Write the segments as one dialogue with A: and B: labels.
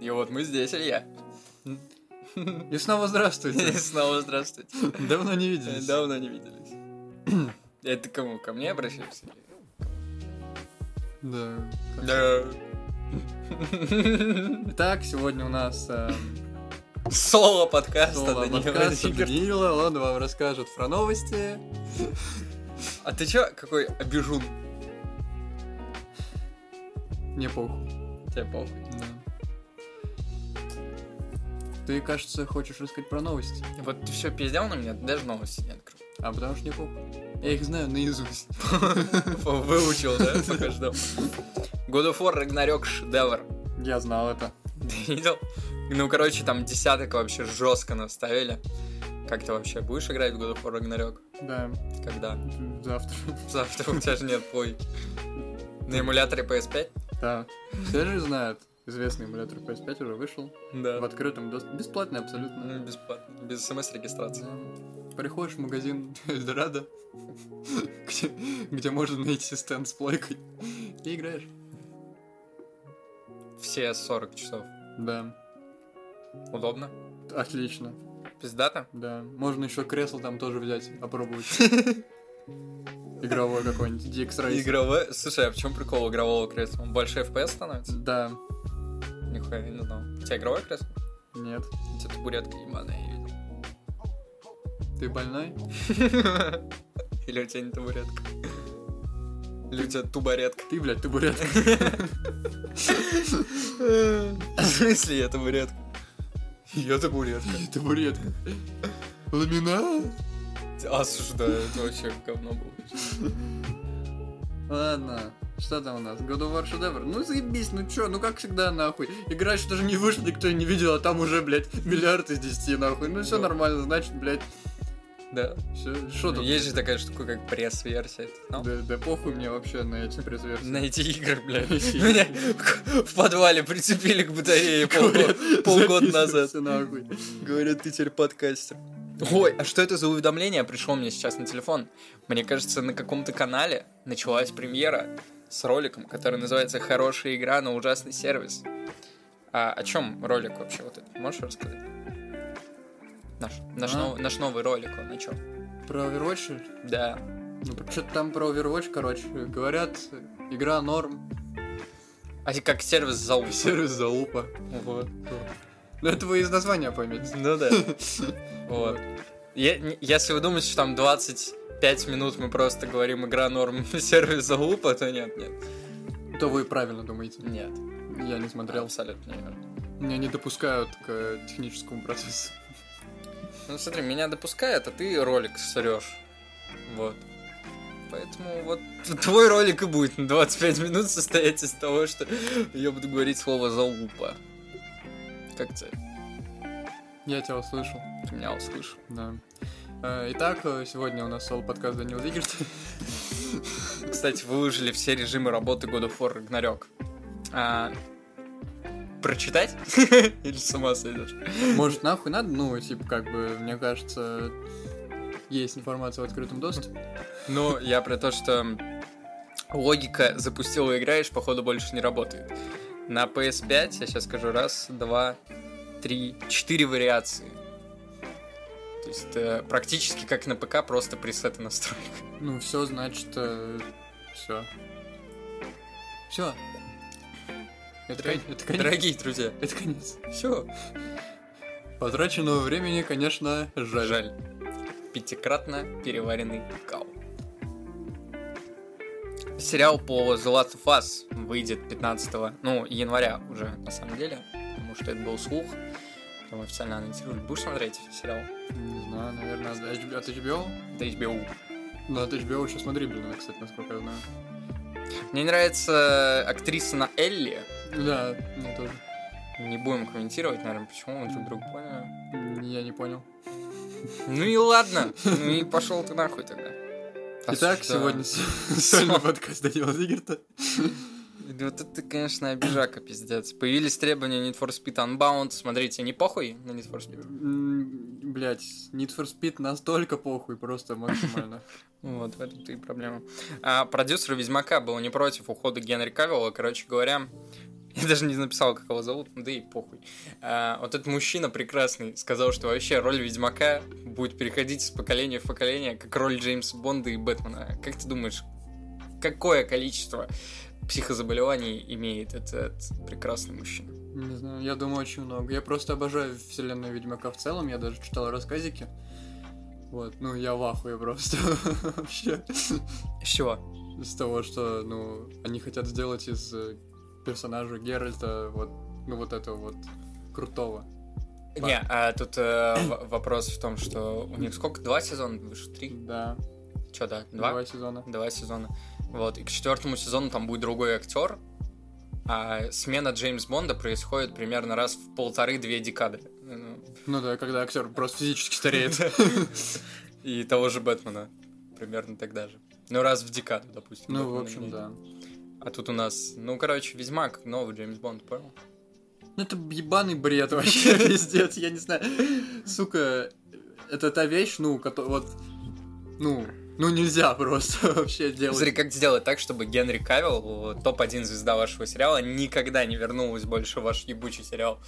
A: И вот мы здесь, Илья.
B: И снова
A: И
B: здравствуйте.
A: снова здравствуйте.
B: Давно не виделись.
A: Давно не виделись. Это кому? Ко мне обращаешься?
B: Да.
A: Да.
B: Итак, сегодня у нас э,
A: Соло подкаста
B: соло
A: Данила
B: подкаста
A: Риггер.
B: Данила. Он вам расскажет про новости.
A: А ты чё, какой обижун?
B: Мне похуй.
A: Тебе похуй.
B: Да. Ты, кажется, хочешь рассказать про новости.
A: Вот ты все пиздел на меня, даже новости не открыл.
B: А потому что не похуй. Я их знаю наизусть.
A: Выучил, да, пока ждал. God of War Ragnarok шедевр.
B: Я знал это.
A: Ты видел? Ну, короче, там десяток вообще жестко наставили. Как ты вообще будешь играть в God of War Ragnarok?
B: Да,
A: Когда?
B: завтра.
A: Завтра у тебя же нет плойки. На эмуляторе PS5?
B: Да. Все же знают. Известный эмулятор PS5 уже вышел. В
A: Да.
B: открытом доступе. Бесплатный абсолютно.
A: Ну, бесплатно. Без смс-регистрации.
B: Да. Приходишь в магазин Эльдорадо, где, где можно найти стенд с плойкой, и играешь.
A: Все 40 часов.
B: Да,
A: Удобно?
B: отлично,
A: Пиздато?
B: да. Можно еще кресло там тоже взять, опробовать. Игровое какое-нибудь, DX Race.
A: Игровое... Слушай, а в чем прикол игрового кресла? Он больше FPS становится?
B: Да,
A: Нихуя, я не знал. У тебя игровое кресло?
B: нет.
A: У тебя табуретка ебаная, я видел.
B: Ты больной?
A: Или у тебя не табуретка? Или у тебя тубаретка?
B: Ты, блядь, табуретка.
A: В смысле я табуретка? Я табуретка.
B: Табуретка. Ламинат?
A: Осуждаю, это вообще говно было.
B: Ладно, что там у нас? God of War шедевр. Ну заебись, ну чё, ну как всегда нахуй. Игра еще даже не вышла, никто и не видел, а там уже, блядь, миллиард из десяти нахуй. Ну все
A: Да.
B: нормально, значит, блядь,
A: Да.
B: все, что тут?
A: Ну, Есть же такая штука, как пресс-версия. ты знал?
B: Ну, Да, да похуй мне вообще на эти пресс-версии.
A: На эти игры, блядь.
B: Эти
A: Меня
B: игры.
A: к- в подвале прицепили к батарее полго-
B: Говорят,
A: полгода
B: записывайся
A: назад.
B: нахуй.
A: Говорят, ты теперь подкастер. Ой, а что это за уведомление пришло мне сейчас на телефон? Мне кажется, на каком-то канале началась премьера с роликом, который называется «Хорошая игра на ужасный сервис». А о чем ролик вообще вот этот? Можешь рассказать? Наш, наш,
B: А?
A: нов- наш новый ролик, он о чем?
B: Про Overwatch? что ли?
A: Да.
B: Ну что-то там про Overwatch, короче. Говорят, игра норм,
A: А и как сервис зал.
B: сервис залупа.
A: Вот.
B: Ну это вы из названия поймете.
A: Ну да. Вот. Е- н- Если вы думаете, что там 25 минут мы просто говорим игра норм сервис залупа, то нет, нет.
B: То вы правильно думаете.
A: Нет.
B: Я не смотрел.
A: Абсолютно неверно.
B: Меня не допускают к э, техническому процессу.
A: Ну смотри, меня допускает, а ты ролик срешь. Вот. Поэтому вот твой ролик и будет на 25 минут состоять из того, что я буду говорить слово залупа. Как ты
B: Я тебя услышал.
A: ты меня услышал?
B: Да. Э, Итак, э, сегодня у нас соло подкаст Данил Игерт.
A: Кстати, выложили все режимы работы God of War Ragnarok. А, прочитать? Или с ума сойдешь?
B: Может, нахуй надо? Ну, типа, как бы, мне кажется, есть информация в открытом доступе.
A: Ну, я про то, что логика запустила играешь, походу больше не работает. На PS5, я сейчас скажу, раз, два, три, четыре вариации. То есть это практически как на ПК, просто пресеты настроек.
B: Ну, все, значит, э, все. Все. Это, кон- это конец.
A: Дорогие друзья,
B: Это конец.
A: все,
B: Потраченного времени, конечно, жаль.
A: жаль. Пятикратно переваренный кал. Сериал по The Last of Us выйдет 15 ну, января уже, на самом деле, потому что это был слух. Потом официально анонсировали. Будешь смотреть сериал?
B: Не знаю, наверное, от H- от HBO.
A: Да HBO.
B: Ну, от HBO еще смотрибельно, кстати, насколько я знаю.
A: Мне нравится актриса на Элли.
B: Да, мне тоже.
A: Не будем комментировать, наверное, почему мы друг друга поняли.
B: М, Я не понял.
A: Ну и ладно. Ну и пошел ты нахуй тогда. А
B: Итак,
A: Осуждаю.
B: сегодня с- сольный подкаст Данила Зигерта.
A: Вот это, конечно, обижака, пиздец. Появились требования Need for Speed Unbound. Смотрите, не похуй на Need for Speed?
B: М, блядь, Need for Speed настолько похуй, просто максимально.
A: Ну Вот, в этом-то и проблема. А продюсер Ведьмака был не против ухода Генри Кавилла, короче говоря. Я даже не написал, как его зовут, да и похуй. А, вот этот мужчина прекрасный сказал, что вообще роль Ведьмака будет переходить из поколения в поколение, как роль Джеймса Бонда и Бэтмена. Как ты думаешь, какое количество психозаболеваний имеет этот прекрасный мужчина?
B: Не знаю, я думаю, очень много. Я просто обожаю вселенную Ведьмака в целом, я даже читал рассказики. Вот, ну я в ахуе просто вообще.
A: С чего?
B: С того, что, ну, они хотят сделать из э, персонажа Геральта вот, ну, вот этого вот крутого.
A: Не, а тут э, в- вопрос в том, что у них сколько? Два сезона вышло? Три?
B: Да,
A: Че, да?
B: два,
A: Два?
B: сезона.
A: два сезона. Вот, и к четвертому сезону там будет другой актер, а смена Джеймс Бонда происходит примерно раз в полторы-две декады. Ну,
B: Ну да, когда актер просто физически стареет.
A: И того же Бэтмена примерно тогда же. Ну, раз в декаду, допустим.
B: Ну, в
A: Бэтмена
B: общем,
A: меняют.
B: да.
A: А тут у нас, ну, короче, Ведьмак, новый Джеймс Бонд, понял?
B: Ну это ебаный бред вообще, пиздец, я не знаю. Сука, это та вещь, ну, кото- вот, ну, ну нельзя просто вообще делать.
A: Смотри, как сделать так, чтобы Генри Кавилл, э, топ-1 звезда вашего сериала, никогда не вернулась больше в ваш ебучий сериал.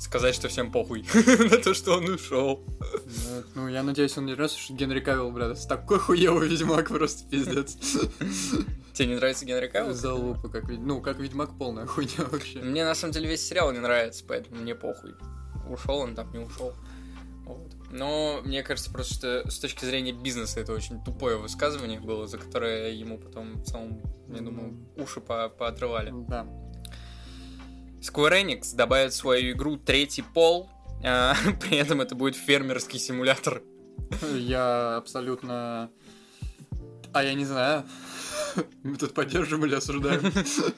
A: Сказать, что всем похуй на то, что он ушел.
B: Ну, Ну, я надеюсь, он не раз, что Генри Кавилл, брат, с такой хуёвый ведьмак просто, пиздец.
A: Тебе не нравится Генри Кавилл?
B: Залупа, как ведь- ну, как ведьмак полная хуйня вообще.
A: Мне на самом деле весь сериал не нравится, поэтому мне похуй. Ушел он там, не ушел. Вот. Но мне кажется просто, что с точки зрения бизнеса это очень тупое высказывание было, за которое ему потом в целом, я думаю, уши по поотрывали.
B: Да.
A: Square Enix добавит в свою игру третий пол, а, при этом это будет фермерский симулятор.
B: Я абсолютно... А я не знаю. Мы тут поддерживаем или осуждаем.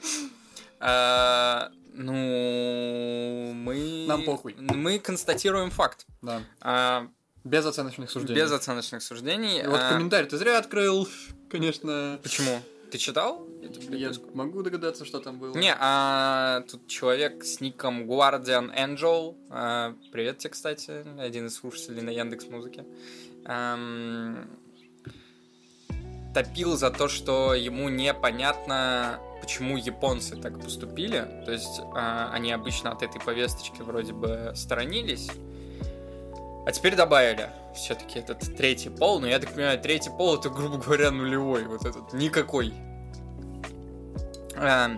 A: А, ну, мы...
B: Нам похуй.
A: Мы констатируем факт.
B: Да.
A: А,
B: Без оценочных суждений.
A: без оценочных суждений.
B: И Вот
A: А,
B: комментарий ты зря открыл, конечно.
A: Почему? Ты читал? эту
B: Я
A: переписку?
B: могу догадаться, что там было.
A: Не, а тут человек с ником Guardian Angel. а, привет тебе, кстати, один из слушателей на Яндекс Музыке. топил за то, что ему непонятно, почему японцы так поступили. То есть а, они обычно от этой повесточки вроде бы сторонились. А теперь добавили все-таки этот третий пол. Но я так понимаю, третий пол это, грубо говоря, нулевой. Вот этот никакой. А,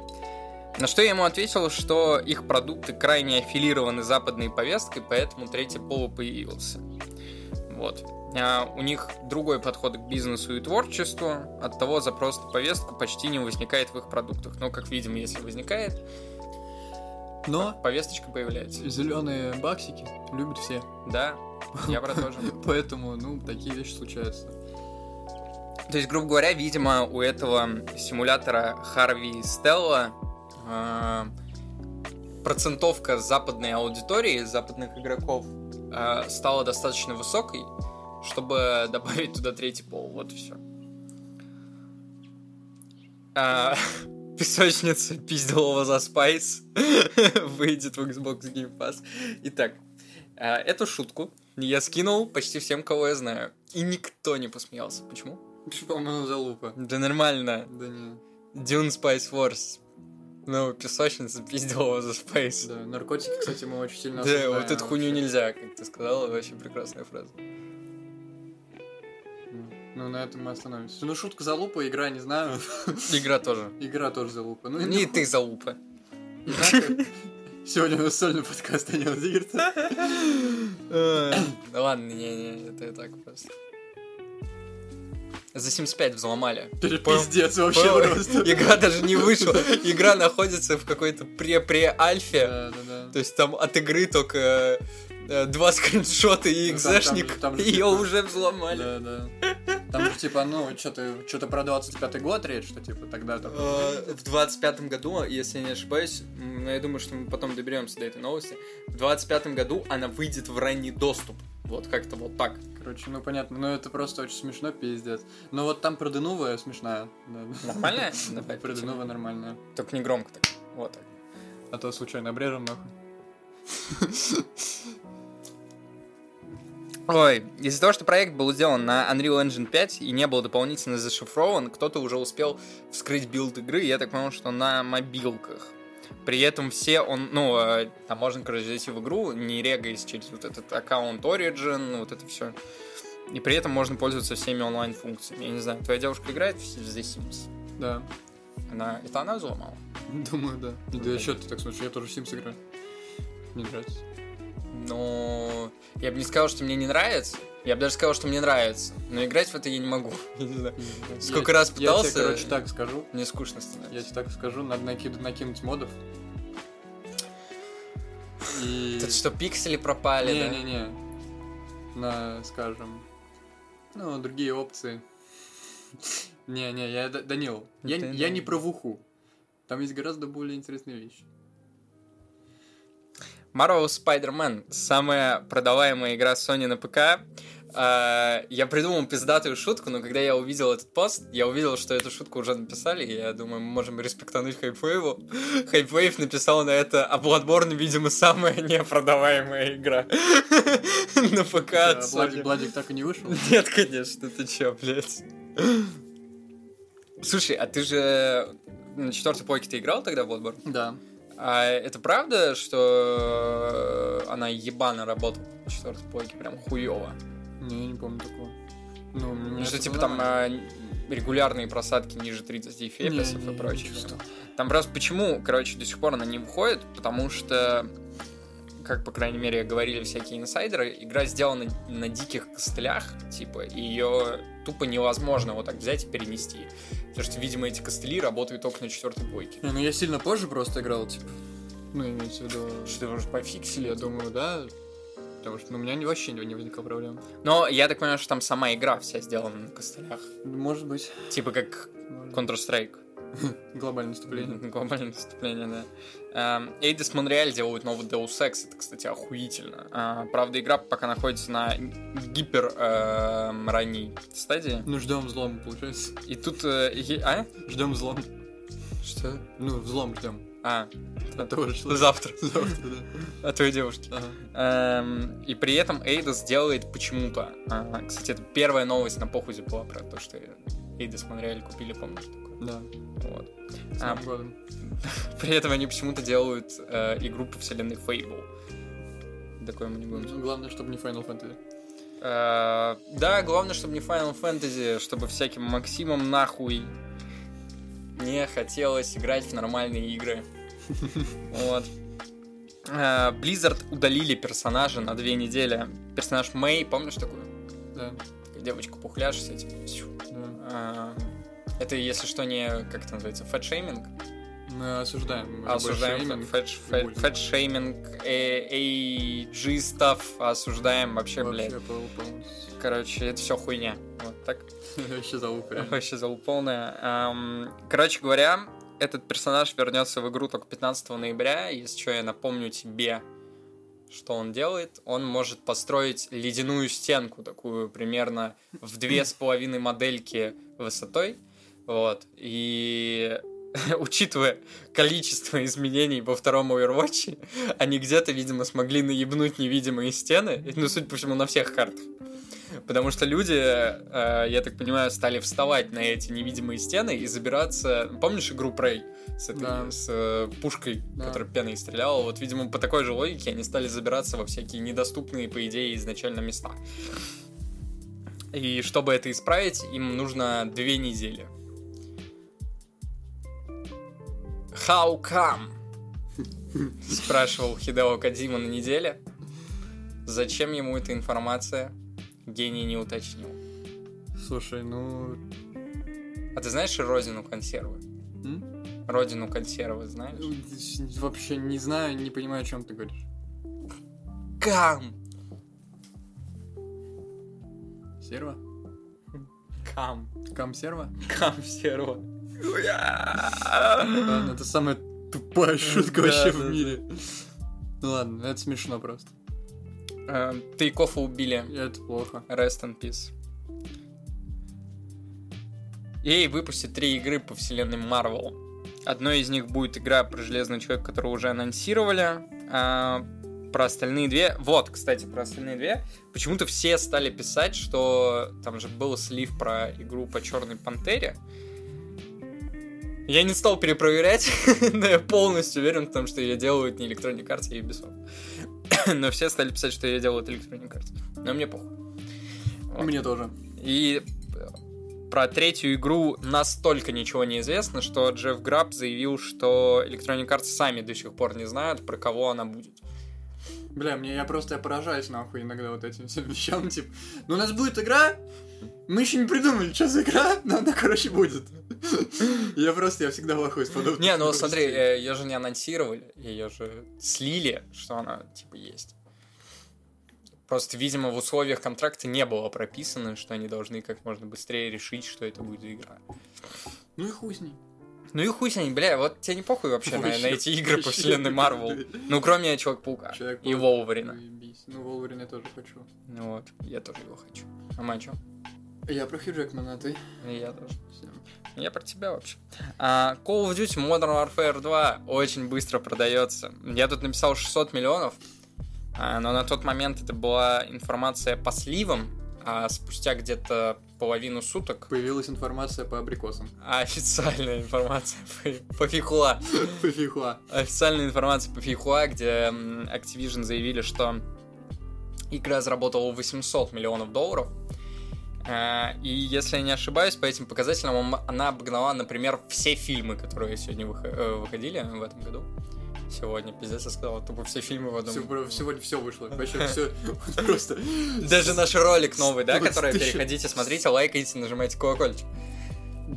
A: на что я ему ответил, что их продукты крайне аффилированы западной повесткой, поэтому третий пол и появился. Вот. А, у них другой подход к бизнесу и творчеству, от того запрос на повестку почти не возникает в их продуктах. Но, как видим, если возникает,
B: Но
A: повесточка появляется.
B: зеленые баксики любят все.
A: Да, я про то же.
B: Поэтому, ну, такие вещи случаются.
A: То есть, грубо говоря, видимо, у этого симулятора Харви и Стелла э, процентовка западной аудитории, западных игроков э, стала достаточно высокой, чтобы добавить туда третий пол. Вот и все. А, песочница пиздилова за спайс выйдет в Xbox Game Pass. Итак, э, эту шутку я скинул почти всем, кого я знаю. И никто не посмеялся. Почему?
B: По-моему, залупа.
A: Да нормально.
B: Да не.
A: Dune Spice Force. Ну, песочница пиздела за Space.
B: Да, наркотики, кстати, мы очень сильно
A: Да,
B: осуждаем
A: вот эту хуйню
B: вообще.
A: нельзя, как ты сказала, вообще прекрасная фраза.
B: Ну, на этом мы остановимся. Ну, шутка залупа, игра, не знаю.
A: Игра тоже.
B: Игра тоже залупа. Ну,
A: И ты залупа.
B: и так. Сегодня у нас сольный подкаст Данила Зигерта.
A: Да ладно, не-не, это я так просто. За 75 взломали.
B: Пиздец вообще просто.
A: Игра даже не вышла. Игра находится в какой-то пре-пре-альфе.
B: Да, да, да.
A: То есть там от игры только э, два скриншота и
B: Ну, там- там
A: экзешник.
B: же- там же
A: Ее
B: типа-
A: уже взломали.
B: Да, да. Там же типа, ну, что-то что-то про 25-й год речь, что типа тогда там.
A: Э, В 25 году, если я не ошибаюсь, м, я думаю, что мы потом доберемся до этой новости. В 25 году она выйдет в ранний доступ. Вот как-то вот так.
B: Короче, ну понятно, но это просто очень смешно, пиздец. Но вот там про Денува смешная. да.
A: Нормально? Давай,
B: Про Денува нормальная.
A: Только не громко так. Вот так.
B: А то случайно обрежем нахуй.
A: Ой, из-за того, что проект был сделан на Unreal Engine 5 и не был дополнительно зашифрован, кто-то уже успел вскрыть билд игры, я так понял, что на мобилках. При этом все он, ну, э, там можно, короче, зайти в игру, не регаясь через вот этот аккаунт Origin, вот это все. И при этом можно пользоваться всеми онлайн-функциями. Я не знаю, твоя девушка играет в The Sims?
B: Да,
A: Она... Это она взломала?
B: думаю, да. Да что ты так смотришь, я тоже в Sims играю. Мне нравится.
A: Ну, я бы не сказал, что мне не нравится. Я бы даже сказал, что мне нравится. Но играть в это я не могу. Я не знаю. Сколько
B: Я-
A: раз
B: Я тебе,
A: пытался-
B: короче, так скажу.
A: Мне скучно
B: Я
A: становится.
B: тебе так скажу, надо накид- накинуть модов. И...
A: Тут что, пиксели пропали, да?
B: Не-не-не. На, скажем, ну, другие опции. Не-не, я, Д- Данил, я,
A: Ты,
B: я
A: да.
B: не про вуху. Там есть гораздо более интересные вещи.
A: Marvel Spider-Man самая продаваемая игра Sony на ПК. А, Я придумал пиздатую шутку, но когда я увидел этот пост, я увидел, что эту шутку уже написали, и я думаю, мы можем респектануть Хайпвейву. Хайпвейв написал на это, а Bloodborne, видимо, самая непродаваемая игра на ПК
B: Да,
A: от
B: Владик,
A: Sony.
B: Владик Э, так и не вышел.
A: Нет, конечно, ты чё, блядь. Слушай, а ты же на четвертой плойке ты играл тогда в Bloodborne?
B: Да.
A: А это правда, что э, она ебано работала на четвертой плойке, прям хуево?
B: Не, я не помню такого. Ну, мне
A: Ну, что
B: это
A: типа там
B: нормально.
A: а, регулярные просадки ниже 30
B: Не, не,
A: FPS
B: не,
A: и
B: не
A: прочее.
B: чувствовал.
A: Там просто почему, короче, до сих пор она не выходит, потому что, как, по крайней мере, говорили всякие инсайдеры, игра сделана на диких костылях, типа, и ее тупо невозможно вот так взять и перенести. Потому что, видимо, эти костыли работают только на четвертой плойке.
B: Не, ну я сильно позже просто играл, типа. Ну, имеется в виду...
A: Что уже пофиксили,
B: Я думаю, да. Потому что ну, у меня не- вообще не возникло проблем.
A: Но я так понимаю, что там сама игра вся сделана на костылях.
B: Может быть.
A: Типа как Counter-Strike.
B: Глобальное наступление.
A: Глобальное наступление, да. Эм, Eidos Montreal делают новый Deus Ex, это, кстати, охуительно. А, правда, игра пока находится на гипер эм, ранней стадии.
B: Ну, ждем взлома, получается.
A: И тут... э, е- а?
B: Ждем взлом.
A: Что?
B: Ну, взлом ждем.
A: А,
B: От того же человека.
A: завтра.
B: Завтра, да.
A: От твоей девушки.
B: Ага.
A: Эм, и при этом Эйдос делает почему-то. а, кстати, это первая новость на похузе была про то, что Эйдос Монреаль купили, помнишь? такое?
B: Да.
A: Вот.
B: С
A: А,
B: Новым годом.
A: При этом они почему-то делают э, игру по вселенной Fable. Такое мы не будем.
B: Ну, главное, чтобы не Final Fantasy.
A: Э, да, главное, чтобы не Final Fantasy, чтобы всяким Максимом нахуй не хотелось играть в нормальные игры. Вот. Э, Blizzard удалили персонажа на две недели. Персонаж Мэй, помнишь такую?
B: Да.
A: Девочка пухляш с этим. типа, Тьфу.
B: да.
A: Э, Это, если что, не, как это называется, фэтшейминг?
B: Мы осуждаем.
A: А, осуждаем
B: большой
A: фэдж- фэ-
B: Буль.
A: фэтшейминг, э, эйджистов, осуждаем вообще,
B: Вообще,
A: блядь.
B: пол- полностью.
A: Короче, это все хуйня. Вот так.
B: Вообще залуп, реально.
A: Вообще залупа полная. Ам, короче говоря, этот персонаж вернется в игру только 15 ноября. Если что, я напомню тебе, что он делает. Он может построить ледяную стенку, такую примерно в две с половиной модельки высотой. Вот. И учитывая количество изменений во втором Overwatch, они где-то, видимо, смогли наебнуть невидимые стены, ну, судя по всему, на всех картах. Потому что люди, э, я так понимаю, стали вставать на эти невидимые стены и забираться... Помнишь игру Prey с, этой,
B: Да.
A: с э, пушкой,
B: Да.
A: которая пеной стреляла? Вот, видимо, по такой же логике они стали забираться во всякие недоступные, по идее, изначально места. И чтобы это исправить, им нужно две недели. How come? Спрашивал Хидео Кадзима на неделе. Зачем ему эта информация? Гений не уточнил.
B: Слушай, ну...
A: А ты знаешь родину консервы?
B: м?
A: Родину консервы знаешь?
B: ну, Вообще не знаю, не понимаю, о чем ты говоришь.
A: Кам!
B: Серва?
A: Кам.
B: Кам серва?
A: Кам серва.
B: Ладно, ну, это самая тупая
A: Да,
B: шутка вообще
A: да,
B: в мире. Ну ладно, это смешно просто.
A: Э, Тайкофа убили.
B: Это плохо.
A: Rest in peace. EA выпустит три игры по вселенной Marvel. Одной из них будет игра про Железного Человека, которую уже анонсировали. А, про остальные две. Вот, кстати, про остальные две. Почему-то все стали писать, что там же был слив про игру по Черной Пантере. Я не стал перепроверять, но я полностью уверен в том, что ее делают не Electronic Arts, а Ubisoft. но все стали писать, что ее делают Electronic Arts. Но мне похуй. Вот.
B: Мне тоже.
A: И про третью игру настолько ничего не известно, что Джефф Граб заявил, что Electronic Arts сами до сих пор не знают, про кого она будет.
B: Бля, мне я просто я поражаюсь нахуй иногда вот этим всем вещам, типа, ну у нас будет игра, мы еще не придумали, что за игра, но она, короче, будет. Я просто, я всегда плохой с подобных
A: Не, ну смотри,
B: новостей.
A: э, ее же не анонсировали, ее же слили, что она типа есть. Просто, видимо, в условиях контракта не было прописано, что они должны как можно быстрее решить, что это будет за игра.
B: Ну и хуй с ней.
A: Ну и хуй с ней, бля, вот тебе не похуй вообще на,
B: Вообще,
A: на эти игры по
B: вообще,
A: вселенной Марвел.
B: да.
A: Ну, кроме Человек-паука и
B: Человек-паук.
A: Волварина.
B: Заебись. Ну, Волверин я тоже хочу.
A: Ну вот, я тоже его хочу. А мы о чем?
B: Я про Хью Джекмана, а ты?
A: Я тоже.
B: Всё.
A: Я про тебя вообще. А, Call of Duty Modern Warfare 2 очень быстро продается. Я тут написал 600 миллионов, а, но на тот момент это была информация по сливам, а спустя где-то половину суток
B: Появилась информация по абрикосам.
A: официальная информация по- по фихуа.
B: По фихуа.
A: Официальная информация по фихуа, где м, Activision заявили, что игра заработала 800 миллионов долларов. А, И если я не ошибаюсь, по этим показателям он- она обогнала, например, все фильмы, которые сегодня вых- э, выходили в этом году. Сегодня, пиздец, я сказал, тупо все фильмы в
B: Всё,
A: одном.
B: бро, Сегодня все вышло. Вообще все просто.
A: Даже наш ролик новый, да,
B: Вот
A: который
B: тысяча.
A: переходите, смотрите, лайкайте, нажимайте колокольчик.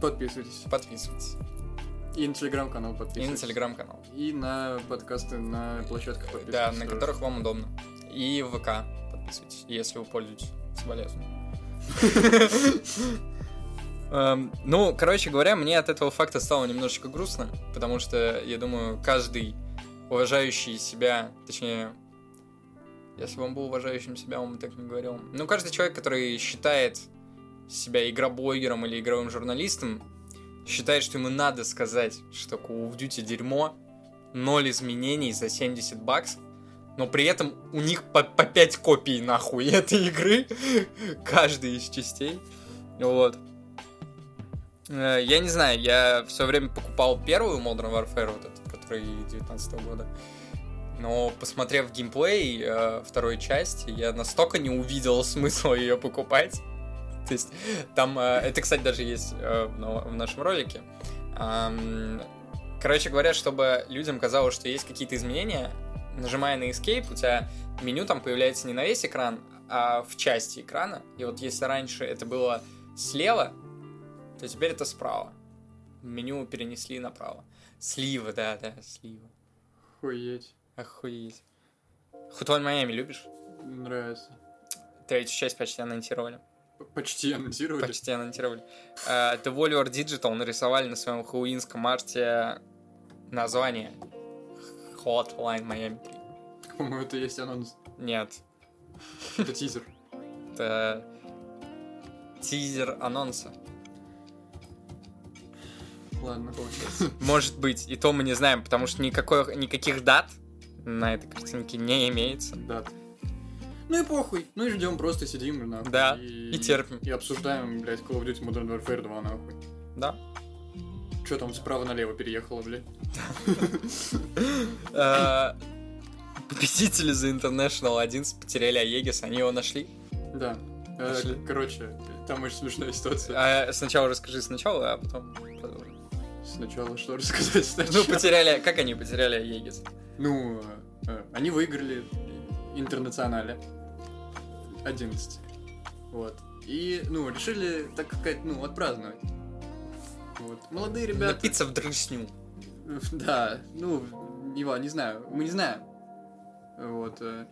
B: Подписывайтесь.
A: Подписывайтесь.
B: И на телеграм-канал
A: И на
B: подписывайтесь.
A: телеграм-канал.
B: И на подкасты на площадках подписывайтесь.
A: Да, на
B: тоже.
A: которых вам удобно. И в ВК подписывайтесь, если вы пользуетесь. Соболезную. Эм, Ну, короче говоря, мне от этого факта стало немножечко грустно, потому что, я думаю, каждый уважающий себя, точнее, если бы он был уважающим себя, он бы так не говорил. Ну, каждый человек, который считает себя игроблогером или игровым журналистом, считает, что ему надо сказать, что Call of Duty дерьмо, ноль изменений за 70 баксов, но при этом у них по, по 5 копий нахуй этой игры, каждой из частей. Вот. Э, Я не знаю, я все время покупал первую Modern Warfare, вот эту, которая 19 года. Но посмотрев геймплей э, второй части, я настолько не увидел смысла ее покупать. То есть там, э, это, кстати, даже есть э, в но- в нашем ролике. Ам, Короче говоря, чтобы людям казалось, что есть какие-то изменения, нажимая на Escape, у тебя меню там появляется не на весь экран, а в части экрана. И вот если раньше это было слева, то теперь это справа. Меню перенесли направо. Слива, да, да, слива.
B: Охуеть.
A: Охуеть. Хутон Майами любишь?
B: Нравится.
A: Третью часть почти анонсировали.
B: П- Почти анонсировали.
A: Почти анонсировали. Э, The Warrior Digital нарисовали на своем хэллоуинском арте название Hotline Miami 3.
B: По-моему, это и есть анонс.
A: Нет,
B: Это тизер.
A: это тизер анонса.
B: Ладно, получается.
A: Может быть, и то мы не знаем, потому что никакой, никаких дат на этой картинке не имеется.
B: Да. Ну и похуй. Ну и ждем, просто сидим, нахуй.
A: Да, и терпим.
B: И обсуждаем, блядь, Call of Duty Modern Warfare 2, нахуй.
A: Да.
B: Че там справа налево переехало, блядь?
A: Э, Победители за International 11 потеряли Аегис, они его нашли.
B: Да. Э,
A: Пошли.
B: Короче, там очень смешная ситуация.
A: Э, Сначала расскажи сначала, а потом продолжим.
B: Сначала что рассказать сначала?
A: А. Ну, потеряли... Как они потеряли Аегис?
B: Ну, э, они выиграли интернационале 11. Вот. И, ну, решили, так сказать, ну, отпраздновать. Вот. Молодые ребята.
A: Напиться в дрысню.
B: Да, ну, Ива, не знаю, мы не знаем. Вот. э,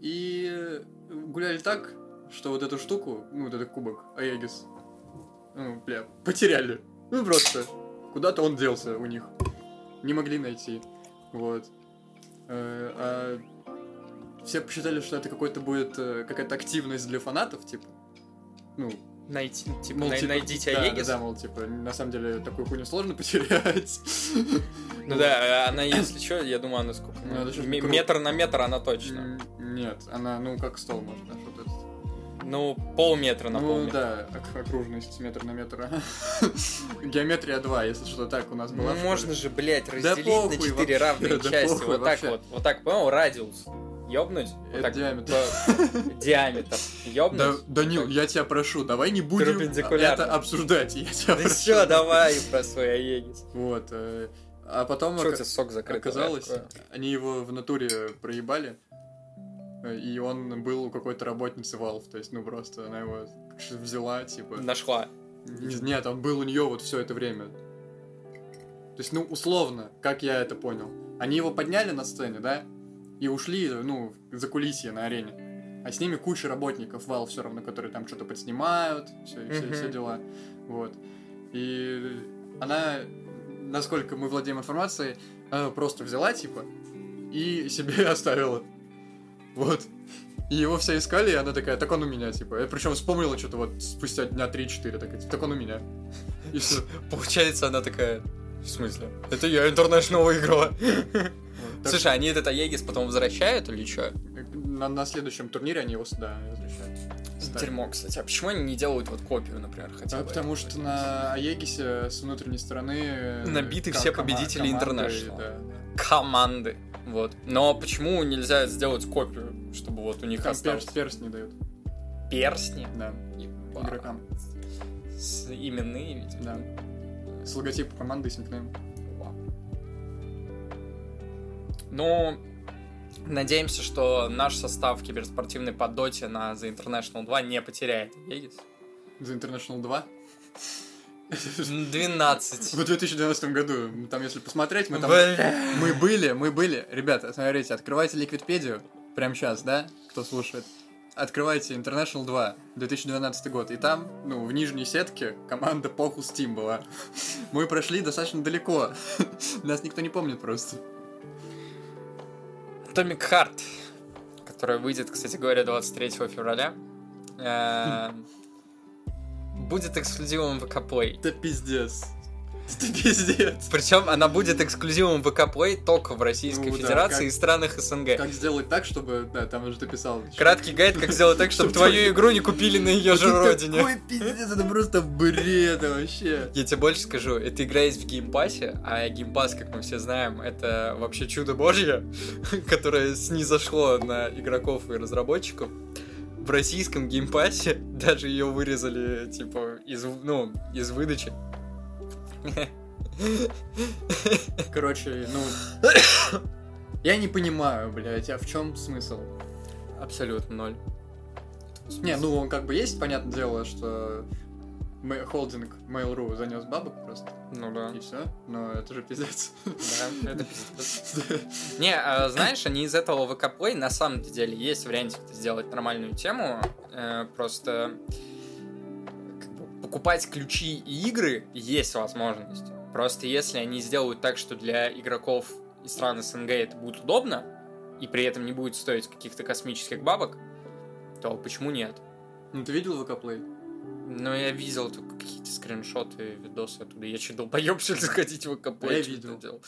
B: И э, гуляли так, что вот эту штуку, ну, вот этот кубок, Аегис, ну, бля, потеряли. Ну, просто. Куда-то он делся у них. Не могли найти. Вот. Э, а все посчитали, что это какой-то будет э, какая-то активность для фанатов, типа. Ну,
A: Найти, типа,
B: Мол,
A: най-
B: типа,
A: найдите
B: да,
A: Аегис.
B: Да, мол, типа, на самом деле такую хуйню сложно потерять.
A: Ну да, э, она, если что, я думаю, она сколько?
B: Ну, это что ж
A: Ме-
B: круто.
A: метр на метр она точно.
B: М, Нет, она, ну, как стол, может, да, что-то.
A: Ну, полметра на
B: Ну,
A: полметра.
B: да, ок- окружность метр на метр. ага. Геометрия 2, если что, так у нас
A: Ну,
B: была. в
A: можно
B: школе.
A: же, блядь, разделить на
B: похуй
A: четыре
B: вообще,
A: равные
B: да
A: части.
B: похуй
A: вот так
B: вообще.
A: вот. Вот так, понял? Радиус. Ёбнуть?
B: Это
A: вот так,
B: диаметр.
A: по- Диаметр. Ёбнуть?
B: Да, Данил,
A: так.
B: я тебя прошу, давай не будем
A: Перпендикулярно.
B: это обсуждать, я тебя
A: Да
B: прошу.
A: все, давай про свой Аегис.
B: Вот, э, а потом...
A: Что у
B: ока-
A: тебя сок закрыт?
B: Оказалось, они его в натуре проебали, э, и он был у какой-то работницы Valve, то есть, ну, просто она его ш- взяла, типа...
A: Нашла.
B: Не- Нет, он был у нее вот все это время. То есть, ну, условно, как я это понял. Они его подняли на сцене, да, и ушли, ну, за кулисье на арене. А с ними куча работников Valve все равно, которые там что-то подснимают, все,
A: Мгм.
B: дела. Вот. И она, насколько мы владеем информацией, она просто взяла, типа, и себе оставила. Вот. И его все искали, и она такая, так он у меня, типа. Причем вспомнила что-то вот спустя дня 3-4, такая, типа, так он у меня. И все.
A: Получается, она такая... В смысле? Это я интернешнл выиграла. Слушай, они этот Аегис потом возвращают или что?
B: э, На, на следующем турнире они его сюда возвращают. Ставят.
A: Дерьмо, кстати. А почему они не делают вот копию, например, хотя
B: А
A: бы?
B: потому
A: этого?
B: что на Аегисе с внутренней стороны... э,
A: Набиты
B: ко-
A: все
B: кома-
A: победители
B: команды,
A: International.
B: да.
A: Команды. Вот. Но почему нельзя сделать копию, чтобы вот у них
B: Там
A: осталось
B: перс, перс не дают,
A: перстни?
B: да,
A: Еба.
B: игрокам.
A: С именные, видимо.
B: Да. С логотипом команды и с никнеймом.
A: Вау. Ну, надеемся, что наш состав киберспортивный по доте на The International 2 не потеряет Егис.
B: За International 2.
A: 12.
B: В 2012 году, там, если посмотреть, мы там...
A: Бля.
B: Мы были, мы были. Ребята, смотрите, открывайте Ликвидпедию прямо сейчас, да, кто слушает. Открывайте International 2, 2012 год. И там, ну, в нижней сетке команда Поху Steam была. Мы прошли достаточно далеко. Нас никто не помнит просто.
A: Atomic Heart, которая выйдет, кстати говоря, 23 февраля, э, будет эксклюзивом ВК Play.
B: Это пиздец. Это пиздец.
A: Причем она будет эксклюзивом ВК Play только в Российской
B: Ну да,
A: Федерации
B: как-
A: и странах СНГ.
B: Как сделать так, чтобы... Да, там уже ты писал.
A: Краткий гайд, как сделать так, чтобы
B: Чтоб
A: твою
B: твою-
A: игру не купили на ее же
B: Это
A: родине.
B: Такой пиздец, это просто бред вообще.
A: Я тебе больше скажу, эта игра есть в геймпассе, а геймпасс, как мы все знаем, это вообще чудо божье, которое снизошло на игроков и разработчиков. В российском геймпассе даже ее вырезали, типа, из, ну, из выдачи.
B: Короче, ну... Я не понимаю, блядь, а в чем смысл?
A: Абсолютно ноль.
B: Не, ну он как бы есть, понятное дело, что ме- холдинг Mail.ru занес бабок просто,
A: Ну да.
B: и все. Но это же пиздец.
A: Да, это пиздец. Не, а, знаешь, они из этого выкоплей на самом деле есть вариантик сделать нормальную тему. э, Просто как бы покупать ключи и игры есть возможность. Просто если они сделают так, что для игроков из стран СНГ это будет удобно, и при этом не будет стоить каких-то космических бабок, то почему нет?
B: Ну ты видел ВК-плей?
A: Но я видел только какие-то скриншоты, видосы оттуда. Я что, долбоеб, что ли, заходить в ВКП?
B: Я
A: Чё
B: видел.
A: ты делал?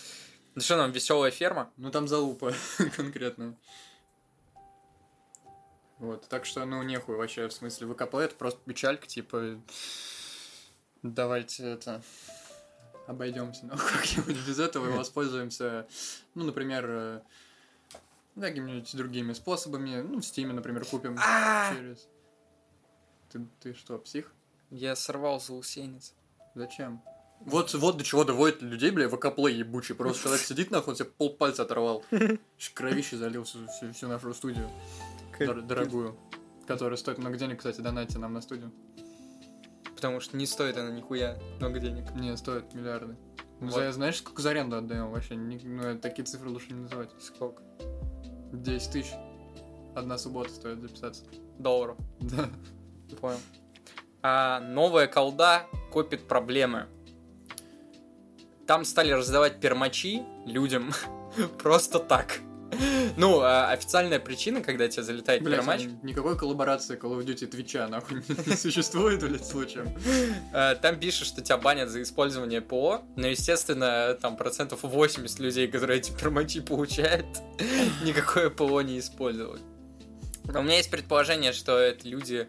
A: Ну что, нам веселая ферма?
B: Ну там залупа конкретно. Вот, так что, ну, нехуй вообще, в смысле, ВК-плей это просто печалька, типа, давайте это, обойдемся ну, как-нибудь без этого и воспользуемся, ну, например, э, да, какими-нибудь другими способами, ну, в Стиме, например, купим.
A: А!
B: Через. Ты, ты что, псих?
A: Я сорвал заусенец.
B: Зачем? Вот, вот до чего доводит людей, бля, вакоплей ебучий. Просто человек сидит нахуй, он себе полпальца оторвал. Аж Кровище залил всю, всю- всю нашу студию. дор- дорогую. Которая стоит много денег, кстати, донайте нам на студию.
A: Потому что не стоит она нихуя много денег.
B: Не, стоит миллиарды. Мы
A: Вот.
B: за- знаешь, сколько за аренду отдаем вообще? Ни- ну, э, такие цифры лучше не называть.
A: Сколько?
B: 10 тысяч. Одна суббота стоит записаться.
A: Долларов.
B: Да.
A: Понял. А новая колда копит проблемы. Там стали раздавать пермачи людям просто так. Ну, а официальная причина, когда тебе залетает
B: Блядь,
A: первый матч,
B: а никакой коллаборации Call of Duty Твича, нахуй, не существует, блядь, случаем.
A: э, там пишут, что тебя банят за использование ПО, но, естественно, там процентов 80 людей, которые эти промочи получают, никакое ПО не использовали. Но у меня есть предположение, что это люди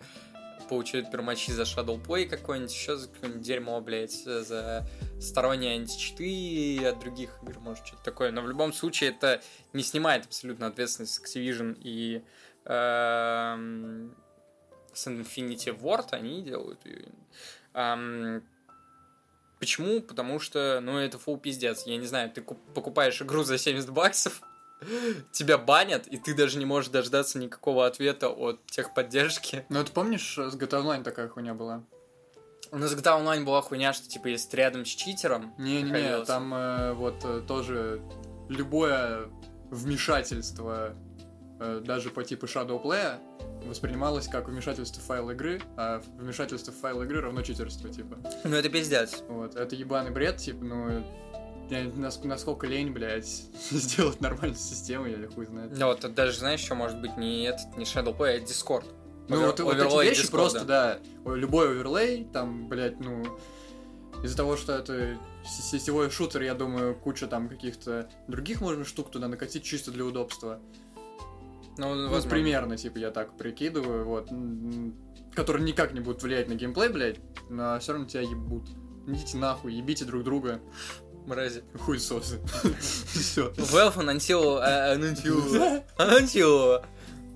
A: получают пермачи за Shadow Play какой-нибудь, еще за какое-нибудь дерьмо, блядь, э, за сторонние античиты от других игр, может, что-то такое. Но в любом случае это не снимает абсолютно ответственность с Activision и эм, с Infinity Ward, они делают ее. Эм, почему? Потому что, ну, это фул пиздец. Я не знаю, ты куп- покупаешь игру за 70 баксов, тебя банят, и ты даже не можешь дождаться никакого ответа от техподдержки.
B: Ну, ты помнишь, с GTA Online такая хуйня была?
A: У нас GTA Online была хуйня, что, типа, если ты рядом с читером...
B: Не-не-не,
A: находился-
B: там э, вот э, тоже любое вмешательство, э, даже по типу Shadow Play, воспринималось как вмешательство в файл игры, а вмешательство в файл игры равно читерство, типа.
A: Ну, это пиздец.
B: Вот, это ебаный бред, типа, ну, я не- нас- насколько лень, блядь, сделать нормальную систему, я хуй знает.
A: Да, Ну, вот тут даже, знаешь, что может быть не этот, не Shadowplay, а Discord.
B: Ну,
A: Овер-
B: вот, вот эти
A: оверлей
B: вещи
A: Discord'а.
B: просто, да, о, любой оверлей, там, блядь, ну, из-за того, что это с- сетевой шутер, я думаю, куча там каких-то других можно штук туда накатить чисто для удобства.
A: Ну,
B: Ну,
A: возможно.
B: примерно, типа, я так прикидываю, вот, м, которые никак не будут влиять на геймплей, блядь, но все равно тебя ебут. Идите нахуй, ебите друг друга,
A: Мрази.
B: хуй сосы. Все.
A: Valve анонсировала... э, анонсировала- Анонсировала.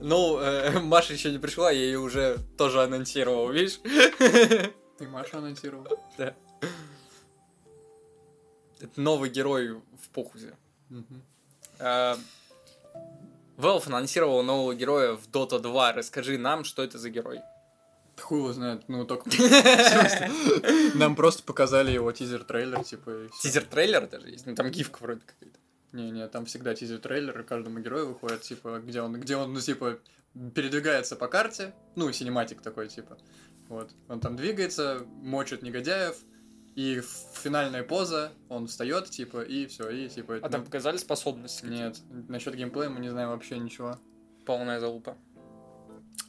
A: Ну, э, Маша еще не пришла, я ее уже тоже анонсировал, видишь?
B: Ты Маша анонсировал?
A: Это новый герой в похузе. Э, Valve анонсировал нового героя в Dota 2. Расскажи нам, что это за герой.
B: Хуй его знает, ну только... Просто. Нам просто показали его тизер-трейлер, типа, и всё.
A: Тизер-трейлер даже есть. Ну, там гифка вроде какая-то.
B: Не-не, там всегда тизер-трейлер, и каждому герою выходит, типа, где он, где он, ну, типа, передвигается по карте, ну, синематик такой, типа, вот, он там двигается, мочит негодяев, и ф- финальная поза, он встает, типа, и все, и, типа, это,
A: А там
B: ну,
A: показали способности? какие-то?
B: нет, насчет геймплея мы не знаем вообще ничего.
A: Полная залупа.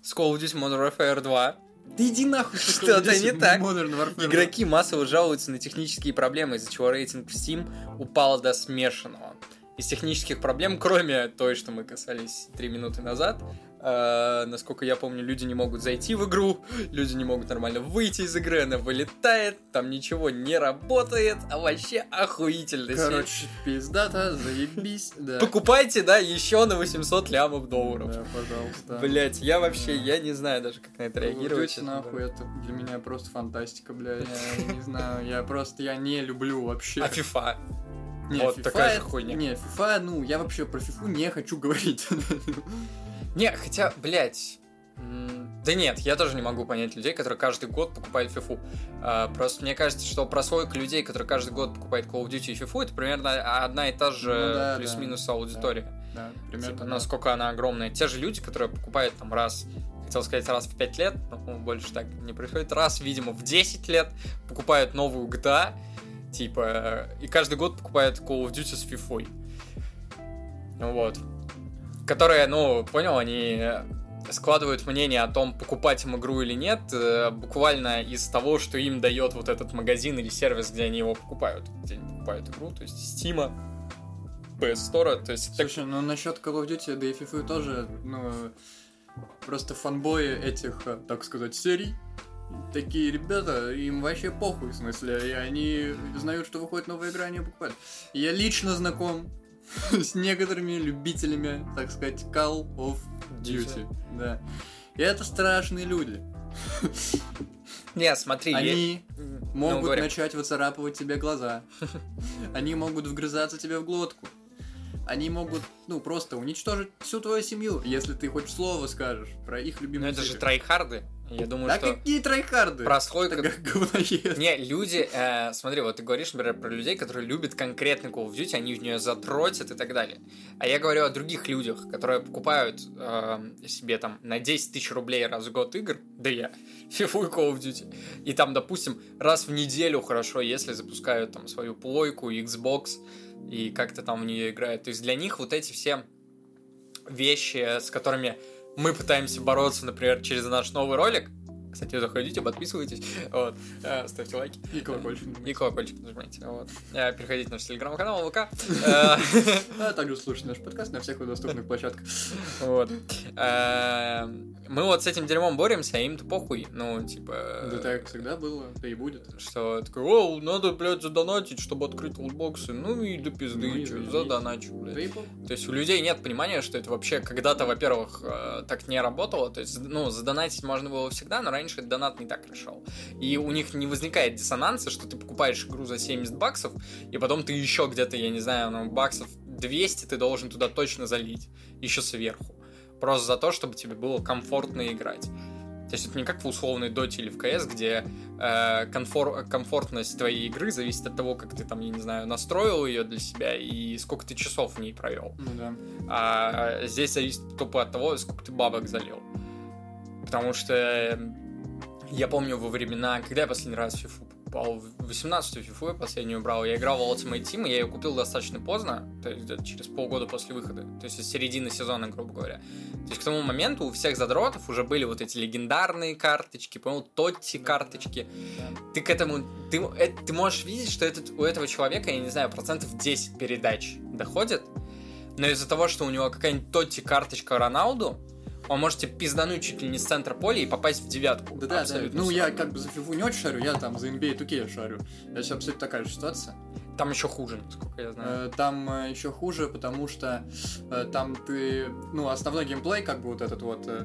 A: С Call of Duty Modern Warfare 2
B: Да иди нахуй,
A: что Что-то не
B: Call of Duty
A: так.
B: Modern Warfare.
A: игроки массово жалуются на технические проблемы, из-за чего рейтинг в Steam упал до смешанного. Из технических проблем, кроме той, что мы касались три минуты назад, э, насколько я помню, люди не могут зайти в игру, люди не могут нормально выйти из игры, она вылетает, там ничего не работает, а вообще охуительно.
B: Короче, пиздата, заебись, да.
A: Покупайте, да, еще на 800 лямов долларов.
B: Да, пожалуйста.
A: Блять, я вообще, я не знаю даже, как на это
B: Call of
A: реагировать.
B: Duty,
A: честно
B: нахуй,
A: говоря.
B: это для меня просто фантастика, бля, я не знаю, я просто, я не люблю вообще.
A: А FIFA?
B: Не,
A: вот
B: FIFA
A: такая же
B: это-
A: хуйня.
B: Не, FIFA, ну, я вообще про FIFA не хочу говорить.
A: Не, хотя, блядь. м, Да нет, я тоже не могу понять людей, которые каждый год покупают фифу. А, просто мне кажется, что прослойка людей, которые каждый год покупают Call of Duty и фифу, это примерно одна и та же
B: Ну да, да.
A: плюс-минус аудитория.
B: Да,
A: Типа,
B: примерно. так.
A: насколько она огромная. Те же люди, которые покупают там раз, хотел сказать, раз в 5 лет, но больше так не происходит, раз, видимо, в 10 лет покупают новую GTA, типа, э, и каждый год покупают Call of Duty с FIFA. Ну Вот. Которые, ну, понял, они э, складывают мнение о том, покупать им игру или нет, э, буквально из того, что им дает вот этот магазин или сервис, где они его покупают. Где они покупают игру, то есть Steam, PS Store, то есть... так-
B: Слушай, ну насчет Call of Duty, да и FIFA тоже, ну, просто фанбои этих, э, так сказать, серий, такие ребята, им вообще похуй, в смысле, и они знают, что выходит новая игра, они её покупают. И Я лично знаком с некоторыми любителями, так сказать, Call of Duty, да. И это страшные люди.
A: Не, смотри, я-
B: Они
A: М, ну,
B: могут
A: говори.
B: начать выцарапывать тебе глаза. Они могут вгрызаться тебе в глотку. Они могут, ну, просто уничтожить всю твою семью, если ты хоть слово скажешь про их
A: Ну
B: любимую
A: это же трайхарды. Я думаю,
B: Да
A: что
B: какие тройхарды?
A: прослойка...
B: Это как говноед.
A: Не, люди, э, смотри, вот ты говоришь, например, про людей, которые любят конкретный Call of Duty, они в нее задротят и так далее. А я говорю о других людях, которые покупают э, себе там на 10 тысяч рублей раз в год игр, да я, фифу и Call of Duty. И там, допустим, раз в неделю хорошо, если запускают там свою плойку, Xbox, и как-то там в нее играют. То есть для них вот эти все вещи, с которыми мы пытаемся бороться, например, через наш новый ролик. Кстати, заходите, подписывайтесь, вот, э, ставьте лайки.
B: И колокольчик.
A: И колокольчик нажимайте. Вот. Э, Переходите на наш телеграм-канал ВК. Э,
B: А также слушать наш подкаст на всех доступных площадках.
A: Вот. Э, Мы вот с этим дерьмом боремся, а им-то похуй. Ну, типа...
B: Да так всегда было, да и будет.
A: Что такой, о, надо, блядь, задонатить, чтобы открыть лутбоксы. Ну и до
B: Ну
A: пизды,
B: и
A: чё,
B: заебись.
A: задоначу, блядь.
B: Да и похуй.
A: То есть у людей нет понимания, что это вообще когда-то, во-первых, э, так не работало. То есть, ну, задонатить можно было всегда, но раньше донат не так решал. И у них не возникает диссонанса, что ты покупаешь игру за 70 баксов, и потом ты еще где-то, я не знаю, ну, баксов 200 ты должен туда точно залить. Еще сверху. Просто за то, чтобы тебе было комфортно играть. То есть это не как в условной доте или в КС, где э, комфор- комфортность твоей игры зависит от того, как ты там, я не знаю, настроил ее для себя и сколько ты часов в ней провел.
B: Ну да.
A: А здесь зависит тупо от того, сколько ты бабок залил. Потому что э, я помню во времена, когда я последний раз в FIFA попал, в 18-ю FIFA я последнюю брал, я играл в Ultimate Team, и я ее купил достаточно поздно, то есть где-то через полгода после выхода, то есть из середины сезона, грубо говоря. То есть к тому моменту у всех задротов уже были вот эти легендарные карточки, понял, Тотти карточки. Ты к этому, ты, э, ты можешь видеть, что этот, у этого человека, я не знаю, процентов 10 передач доходит, но из-за того, что у него какая-нибудь Тотти карточка Роналду, он может тебе пиздануть чуть ли не с центра поля и попасть в девятку.
B: Да, да, да.
A: Абсолютно
B: Ну,
A: всё
B: я
A: равно.
B: как бы за фифу не очень шарю, я там за А NBA туке шарю. Я сейчас абсолютно такая же ситуация.
A: Там еще хуже, насколько я знаю.
B: Э, Там еще хуже, потому что э, там ты, ну, основной геймплей, как бы вот этот вот э,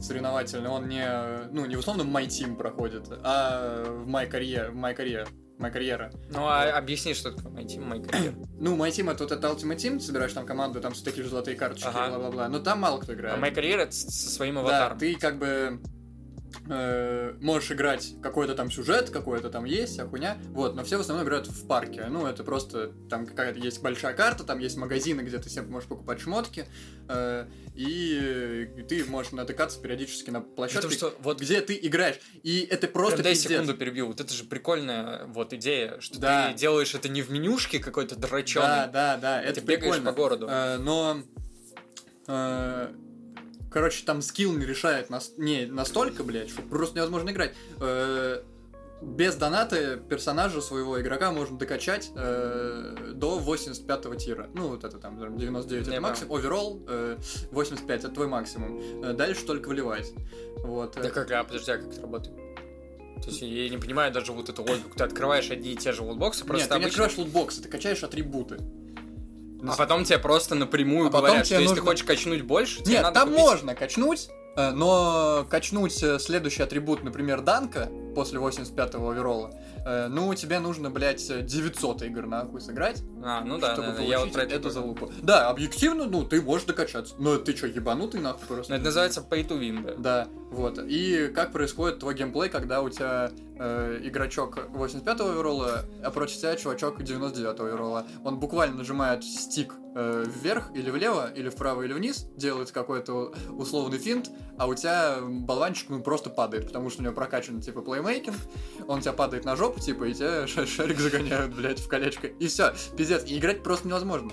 B: соревновательный, он не, э, ну, не в условном My Team проходит, а в My Career, в My Career, My Career.
A: Ну, а объясни, что такое мой тим, мой карьер.
B: Ну, My Team это вот это Ultimate Team, ты собираешь там команду, там все такие же золотые карточки,
A: Ага.
B: бла-бла-бла, но там мало кто
A: А
B: играет.
A: мой карьер это с- со своим
B: Да,
A: аватаром.
B: ты как бы э, можешь играть какой-то там сюжет, какой-то там есть, вся хуйня. Вот, но все в основном играют в парке. Ну, это просто там какая-то есть большая карта, там есть магазины, где ты себе можешь покупать шмотки, э, и э, ты можешь натыкаться периодически на площадке,
A: Потому что вот
B: где А ты играешь. И это просто
A: Дай
B: пиздец.
A: секунду перебью. Вот это же прикольная вот идея, что
B: Да.
A: ты делаешь это не в менюшке какой-то дроченый.
B: Да, да, да, это
A: ты бегаешь
B: прикольно.
A: по городу.
B: Э, но... э, короче, там скилл не решает нас, не, настолько, блядь, что просто невозможно играть. Э, без доната персонажа своего игрока можно докачать э, до 85 тира. Ну, вот это там, наверное, 99
A: Не
B: это
A: понял.
B: максимум. Оверолл э, 85 это твой максимум. Э, дальше только вливать. Вот. э.
A: Да как, а, подожди, а как это работает? То есть я не понимаю даже вот эту логику. Ты открываешь одни и те же лутбоксы, просто
B: Нет, ты не
A: обычно-
B: открываешь лутбоксы, ты качаешь атрибуты.
A: А потом тебе просто напрямую
B: А потом
A: говорят, что
B: тебе
A: если ты
B: нужно-
A: хочешь качнуть больше, тебе
B: Нет,
A: надо
B: там
A: купить-
B: можно качнуть, э, но качнуть э, следующий атрибут, например, данка после 85-го оверолла, э, ну, тебе нужно, блядь, э, 900 игр нахуй сыграть,
A: А, ну да, да,
B: чтобы
A: да,
B: получить
A: я вот про это
B: эту
A: говорю.
B: залупу. Да, объективно, ну, ты можешь докачаться, но ты чё, ебанутый нахуй
A: Ну,
B: просто?
A: это называется pay to win, да.
B: Да, вот. И как происходит твой геймплей, когда у тебя э, игрочок 85-го оверолла, а против тебя чувачок 99-го оверолла. Он буквально нажимает стик э, вверх или влево, или вправо, или вниз, делает какой-то условный финт, а у тебя болванчик ну, просто падает, потому что у него прокачан типа плеймейкинг, он у тебя падает на жопу, типа, и тебя ша- шарик загоняют, блядь, в колечко. И все, пиздец, и играть просто невозможно.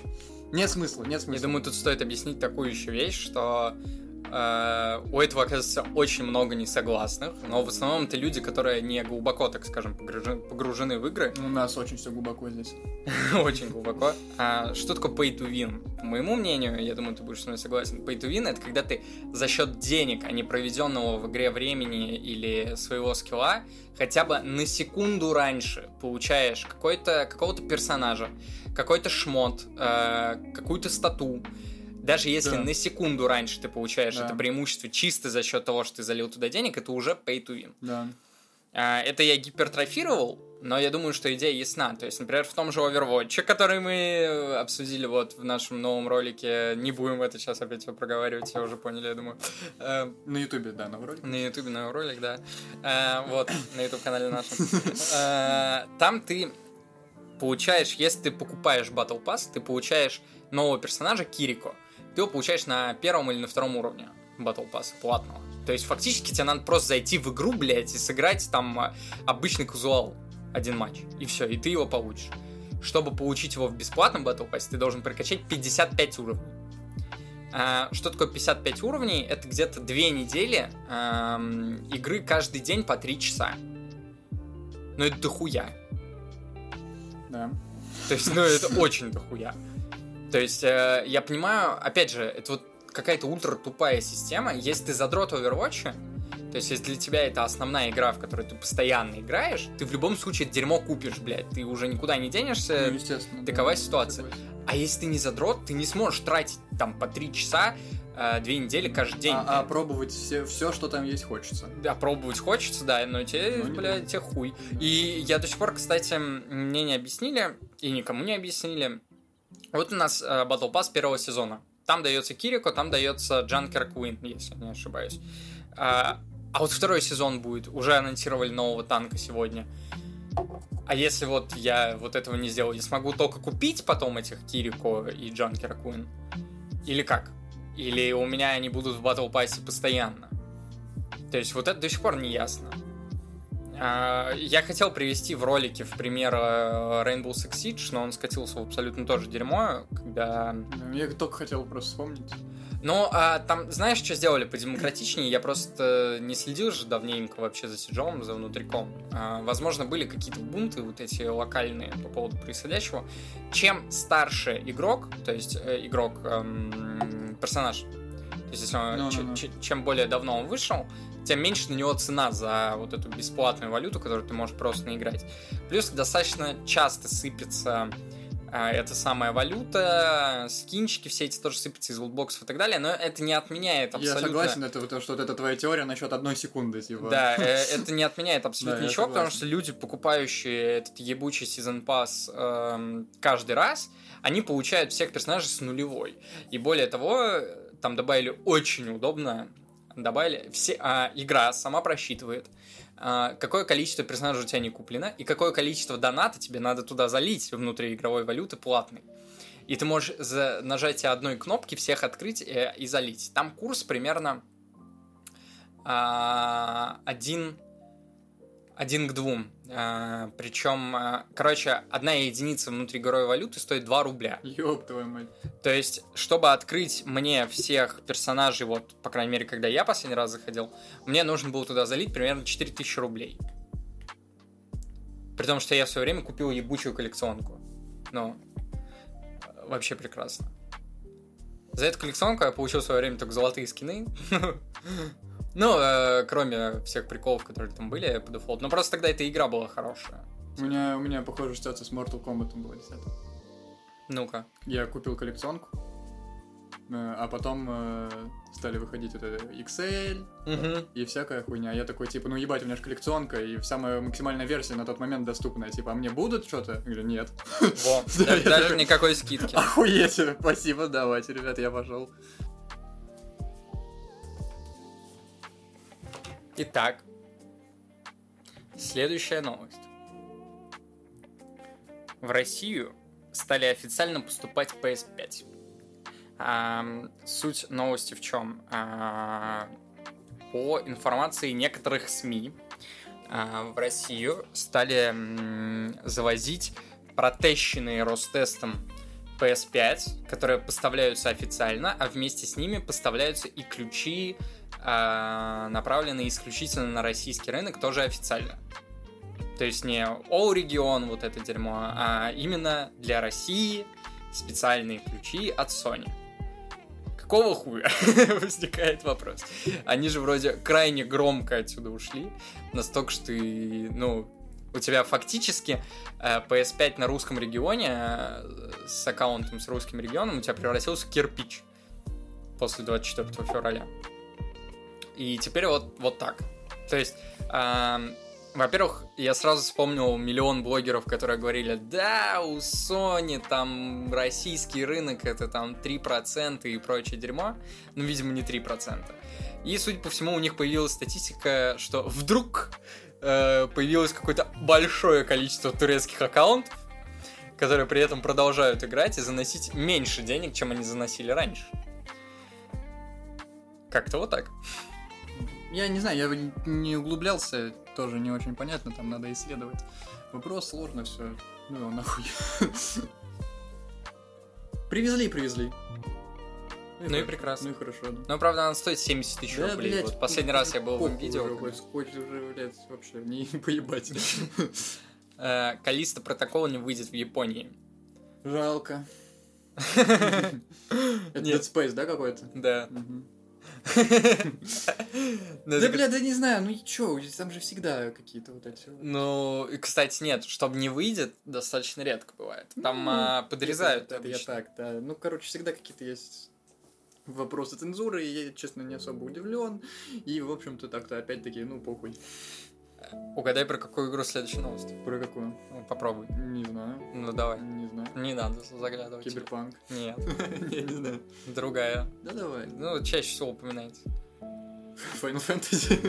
B: Нет смысла, нет
A: Я
B: смысла.
A: думаю, тут стоит объяснить такую еще вещь, что э, у этого, оказывается, очень много несогласных, но в основном это люди, которые не глубоко, так скажем, погружен- погружены в игры,
B: У нас очень все глубоко здесь.
A: очень глубоко. А что такое pay to win? По моему мнению, я думаю, ты будешь со мной согласен, pay to win — это когда ты за счет денег, а не проведенного в игре времени или своего скилла, хотя бы на секунду раньше получаешь какой-то, какого-то персонажа, какой-то шмот, э, какую-то стату, даже если
B: Да.
A: на секунду раньше ты получаешь
B: Да.
A: это преимущество чисто за счет того, что ты залил туда денег, это уже pay to win.
B: Да.
A: А, Это я гипертрофировал, но я думаю, что идея ясна. То есть, например, в том же Overwatch, который мы э, обсудили вот в нашем новом ролике, не будем это сейчас опять всё проговаривать, я уже поняли, я думаю. Э,
B: На Ютубе, да, на вроде.
A: На ютубе новый ролик, да. Э, Вот, на ютуб-канале нашем. Э, Там ты получаешь, если ты покупаешь Battle Pass, ты получаешь нового персонажа Кирико. Ты его получаешь на первом или на втором уровне Battle Pass платного. То есть фактически тебе надо просто зайти в игру, блядь, и сыграть там э, обычный казуал один матч. И все, и ты его получишь. Чтобы получить его в бесплатном Battle Pass, ты должен прокачать 55 уровней. А, Что такое 55 уровней? Это где-то две недели эм, игры каждый день по 3 часа. Ну это дохуя.
B: Да.
A: То есть, ну это очень дохуя. То есть, э, я понимаю, опять же, это вот какая-то ультра тупая система. Если ты задрот Overwatch, то есть, если для тебя это основная игра, в которой ты постоянно играешь, ты в любом случае это дерьмо купишь, блядь. Ты уже никуда не денешься,
B: Ну, естественно.
A: э, такова
B: да,
A: ситуация.
B: согласен.
A: а если ты не задрот, ты не сможешь тратить там по три часа, э, две недели каждый день.
B: А, а пробовать все, все, что там есть, хочется.
A: Да, пробовать хочется, да, но тебе,
B: Ну, не
A: бля,
B: думаю.
A: тебе хуй. И я до сих пор, кстати, мне не объяснили, и никому не объяснили. Вот у нас э, Battle Pass первого сезона. Там дается Кирико, там дается Джанкер Куин, если не ошибаюсь. А, а вот второй сезон будет. Уже анонсировали нового танка сегодня. А если вот я вот этого не сделаю, я смогу только купить потом этих Кирико и Джанкера Куин? Или как? Или у меня они будут в Battle Pass постоянно? То есть вот это до сих пор не ясно. А, Я хотел привести в ролике в пример э, Rainbow Six Siege, но он скатился в абсолютно то же дерьмо, когда...
B: Ну, Я только хотел просто вспомнить.
A: Но а, там, знаешь, что сделали подемократичнее? Я просто не следил же давненько вообще за Сиджом, за внутриком. А, возможно, были какие-то бунты вот эти локальные по поводу происходящего. Чем старше игрок, то есть э, игрок, эм, персонаж, то есть если он-
B: Ну, ну,
A: че-
B: ну.
A: че- чем более давно он вышел, тем меньше на него цена за вот эту бесплатную валюту, которую ты можешь просто наиграть. Плюс достаточно часто сыпется а, эта самая валюта, скинчики все эти тоже сыпятся из лутбоксов и так далее, но это не отменяет абсолютно...
B: Я согласен, это вот- что вот эта твоя теория насчет одной секунды, типа.
A: Да, э, это не отменяет абсолютно
B: Да, я
A: ничего, потому
B: согласен.
A: что люди, покупающие этот ебучий сезон пас каждый раз, они получают всех персонажей с нулевой. И более того, э, там добавили очень удобно, добавили все, а, игра сама просчитывает, а, какое количество персонажей у тебя не куплено и какое количество доната тебе надо туда залить внутри игровой валюты платной. И ты можешь за нажатие одной кнопки всех открыть э, и залить. Там курс примерно а, один, один к двум. А, Причем, а, короче, одна единица внутри игровой валюты стоит 2 рубля.
B: Ёб твою мать.
A: То есть, чтобы открыть мне всех персонажей, вот, по крайней мере, когда я последний раз заходил, мне нужно было туда залить примерно 4000 рублей. При том, что я в свое время купил ебучую коллекционку. Ну, э, вообще прекрасно. За эту коллекционку я получил в свое время только золотые скины. Ну, э, кроме всех приколов, которые там были по дефолту. Но просто тогда эта игра была хорошая.
B: У меня, у меня похожая ситуация с Mortal Kombat была десятая.
A: Ну-ка.
B: Я купил коллекционку, э, а потом э, стали выходить вот это XL
A: Мгм.
B: и всякая хуйня. Я такой, типа, ну ебать, у меня же коллекционка, и самая максимальная версия на тот момент доступная. Типа, а мне будут что-то? Я говорю, нет.
A: Во.
B: Да,
A: Да-
B: я
A: Даже
B: такой,
A: никакой
B: А
A: скидки.
B: Охуеть, спасибо, давайте, ребята, я пошел.
A: Итак, следующая новость. В Россию стали официально поступать PS5. Ам, суть новости в чем? А, по информации некоторых СМИ а, в Россию стали м, завозить протещенные Ростестом PS5, которые поставляются официально, а вместе с ними поставляются и ключи а, направлены исключительно на российский рынок, тоже официально. То есть не all регион, вот это дерьмо, а именно для России специальные ключи от Sony. Какого хуя? Возникает вопрос. Они же вроде крайне громко отсюда ушли. Настолько, что ты, ну, у тебя фактически э, PS5 на русском регионе э, с аккаунтом с русским регионом у тебя превратился в кирпич после 24 февраля. И теперь вот, вот так. То есть, эм, во-первых, я сразу вспомнил миллион блогеров, которые говорили, да, у Sony там российский рынок это там 3% и прочее дерьмо. Ну, видимо, не 3%. И, судя по всему, у них появилась статистика, что вдруг э, появилось какое-то большое количество турецких аккаунтов, которые при этом продолжают играть и заносить меньше денег, чем они заносили раньше. Как-то вот так.
B: Я не знаю, я не- не углублялся, тоже не очень понятно, там надо исследовать. Вопрос сложно все. Ну его нахуй. Привезли, привезли.
A: Ну и
B: хор-
A: прекрасно.
B: Ну и хорошо. да.
A: Но правда, она стоит 70 тысяч
B: Да,
A: рублей.
B: блядь,
A: вот последний раз я был в
B: похуй
A: видео.
B: уже, хоть Скотч уже, блядь, вообще, не поебать.
A: э, Калиста протокол не выйдет в Японии.
B: Жалко. Это
A: Нет.
B: Dead Space, да, какой-то?
A: Да.
B: Мгм.
A: Ну,
B: Да,
A: это
B: бля, да не знаю, ну и чё, там же всегда какие-то вот эти... вот.
A: Ну, и, кстати, нет, чтобы не выйдет, достаточно редко бывает. Там
B: Ну,
A: а, подрезают
B: Это, это я
A: обычно.
B: так, да. Ну, короче, всегда какие-то есть вопросы цензуры, и я, честно, не особо удивлен. И, в общем-то, так-то опять-таки, ну, похуй.
A: Угадай, про какую игру следующая новость.
B: Про какую?
A: Ну, попробуй.
B: Не знаю.
A: Ну, давай.
B: Не знаю.
A: Не надо заглядывать.
B: Киберпанк.
A: Нет,
B: Не, не знаю.
A: другая.
B: Да давай.
A: Ну, чаще всего упоминается.
B: Final Fantasy.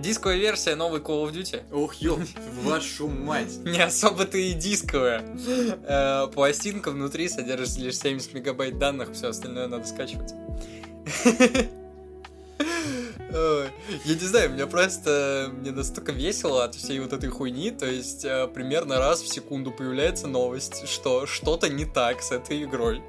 A: Дисковая версия новой Call of Duty.
B: Ох, ёб, вашу мать.
A: Не особо-то и дисковая. Э, пластинка внутри содержит лишь 70 мегабайт данных, все остальное надо скачивать. Ой, Я не знаю, мне просто мне настолько весело от всей вот этой хуйни, то есть э, примерно раз в секунду появляется новость, что что-то не так с этой игрой.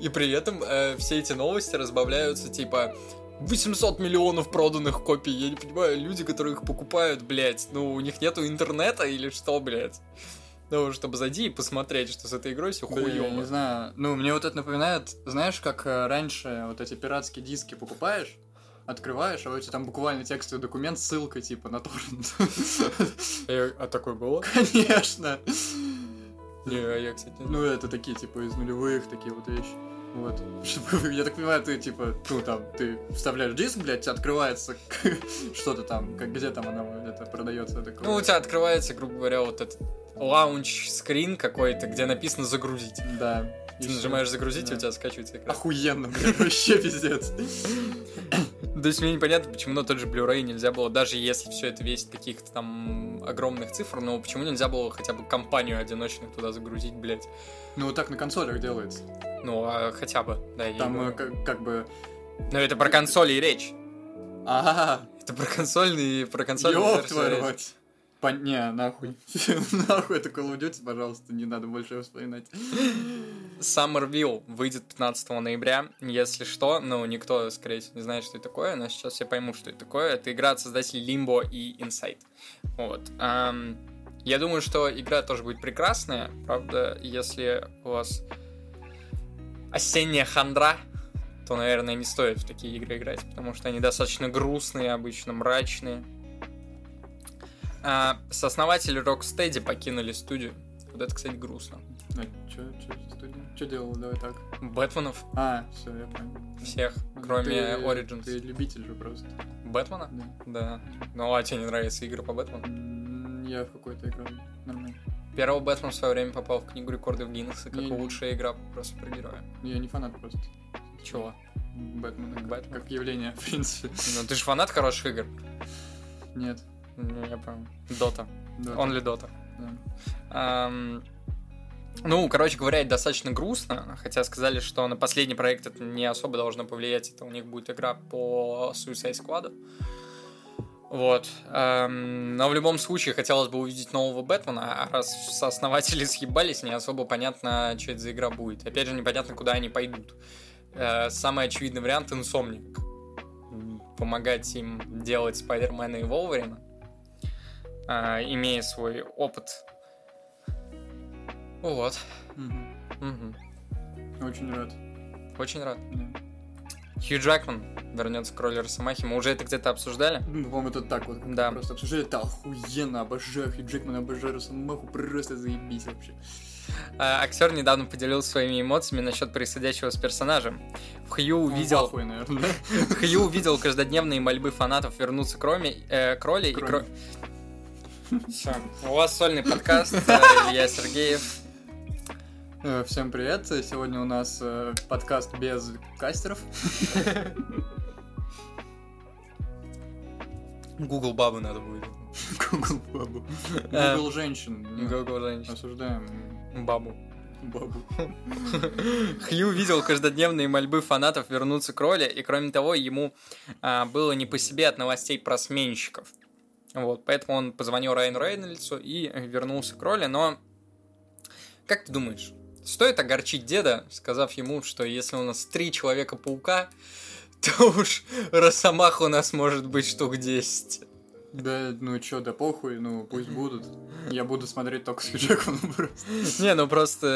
A: И при этом э, все эти новости разбавляются типа 800 миллионов проданных копий. Я не понимаю, люди, которые их покупают, блядь, ну у них нету интернета или что, блядь? Ну, чтобы зайди и посмотреть, что с этой игрой все
B: Блин, я не
A: хуево.
B: знаю. Ну, мне вот это напоминает, знаешь, как э, раньше вот эти пиратские диски покупаешь, открываешь, а у тебя там буквально текстовый документ, с ссылкой типа на торрент.
A: А такое было?
B: Конечно.
A: Не, а я, кстати, не
B: Ну, это такие, типа, из нулевых такие вот вещи. Вот. Чтобы, я так понимаю, ты, типа, ну, там, ты вставляешь диск, блядь, открывается что-то там, как, где там оно, это, продается. такое.
A: Ну, у тебя открывается, грубо говоря, вот этот лаунч-скрин какой-то, где написано «загрузить».
B: Да. И
A: Ты
B: всё.
A: нажимаешь «загрузить», и
B: Да.
A: у тебя скачивается экран.
B: Охуенно, блядь, вообще пиздец.
A: То есть мне непонятно, почему на тот же Blu-ray нельзя было, даже если все это весит каких-то там огромных цифр, но почему нельзя было хотя бы компанию одиночных туда загрузить, блядь?
B: Ну, вот так на консолях делается.
A: Ну, а хотя бы, да, я и
B: Там э,
A: говорю.
B: как, как бы...
A: Но это про консоли и речь.
B: Ага,
A: Это про консольные, про консольные
B: ёб
A: версии
B: твою
A: речь.
B: мать. Пон- Не, нахуй. нахуй это Call of Duty, пожалуйста, не надо больше его вспоминать.
A: Summerville выйдет 15 ноября. Если что, ну, никто, скорее всего, не знает, что это такое, но сейчас все поймут, что это такое. Это игра от создателей Limbo и Inside. Вот. Ам, я думаю, что игра тоже будет прекрасная. Правда, если у вас осенняя хандра, то, наверное, не стоит в такие игры играть, потому что они достаточно грустные, обычно мрачные. А, сооснователи Rocksteady покинули студию. Вот это, кстати, грустно.
B: Ну, чё, чё, студия? Чё делал, давай так.
A: Бэтменов
B: А, все, я понял.
A: Всех,
B: Ну,
A: кроме
B: ты-
A: Origins.
B: Ты любитель же просто.
A: Бэтмена?
B: Да.
A: Да. Ну а тебе не нравятся игры по Бэтмену?
B: М, Я в какой-то играл. Нормально.
A: Первый Бэтмен в свое время попал в книгу рекордов Гиннесса как
B: Не-не.
A: лучшая игра про супергероя.
B: Ну, Я не фанат просто.
A: Чего?
B: Бэтмена. как-
A: Бэтмен.
B: Как явление, в принципе.
A: Ну ты же фанат хороших игр.
B: Нет.
A: Не, я понял. Дота.
B: да,
A: Only Dota.
B: да.
A: Ам, Ну, короче говоря, это достаточно грустно, хотя сказали, что на последний проект это не особо должно повлиять, это у них будет игра по Suicide Squad. Вот. Ам, Но в любом случае хотелось бы увидеть нового Бэтмена, а раз сооснователи съебались, не особо понятно, что это за игра будет. Опять же, непонятно, куда они пойдут. Э, Самый очевидный вариант — Инсомник. Помогать им делать Спайдермена и Волверина, а, имея свой опыт Ну вот.
B: Мгм.
A: Мгм.
B: Очень рад.
A: Очень рад.
B: Да.
A: Хью Джекман вернется к роли Росомахи. Мы уже это где-то обсуждали.
B: Ну, по-моему, это так вот. как-то
A: Да.
B: Просто обсуждали. Это охуенно, обожаю Хью Джекмана, обожаю Росомаху, просто заебись вообще.
A: А, актер недавно поделился своими эмоциями насчет происходящего с персонажем. Хью увидел,
B: Ахуй, Ну, наверное.
A: Хью увидел каждодневные мольбы фанатов вернуться к, Роме, э, к роли. И к
B: Кроме.
A: ро- Всё. У вас сольный подкаст. э, Илья Сергеев.
B: Э, Всем привет. Сегодня у нас э, подкаст без кастеров.
A: Google бабы надо будет.
B: Google бабу.
A: Э.
B: Google женщин. Нет,
A: Google женщин.
B: Осуждаем
A: Бабу.
B: бабу.
A: Хью видел каждодневные мольбы фанатов вернуться к роли, и кроме того, ему а, было не по себе от новостей про сменщиков. Вот, поэтому он позвонил Райану Рейнольдсу и вернулся к роли, но... Как ты думаешь, Стоит огорчить деда, сказав ему, что если у нас три Человека-паука, то уж Росомах у нас может быть штук 10.
B: Да, ну чё, да похуй, ну пусть будут. Я буду смотреть только с Хью Джекманом просто.
A: Не, ну просто,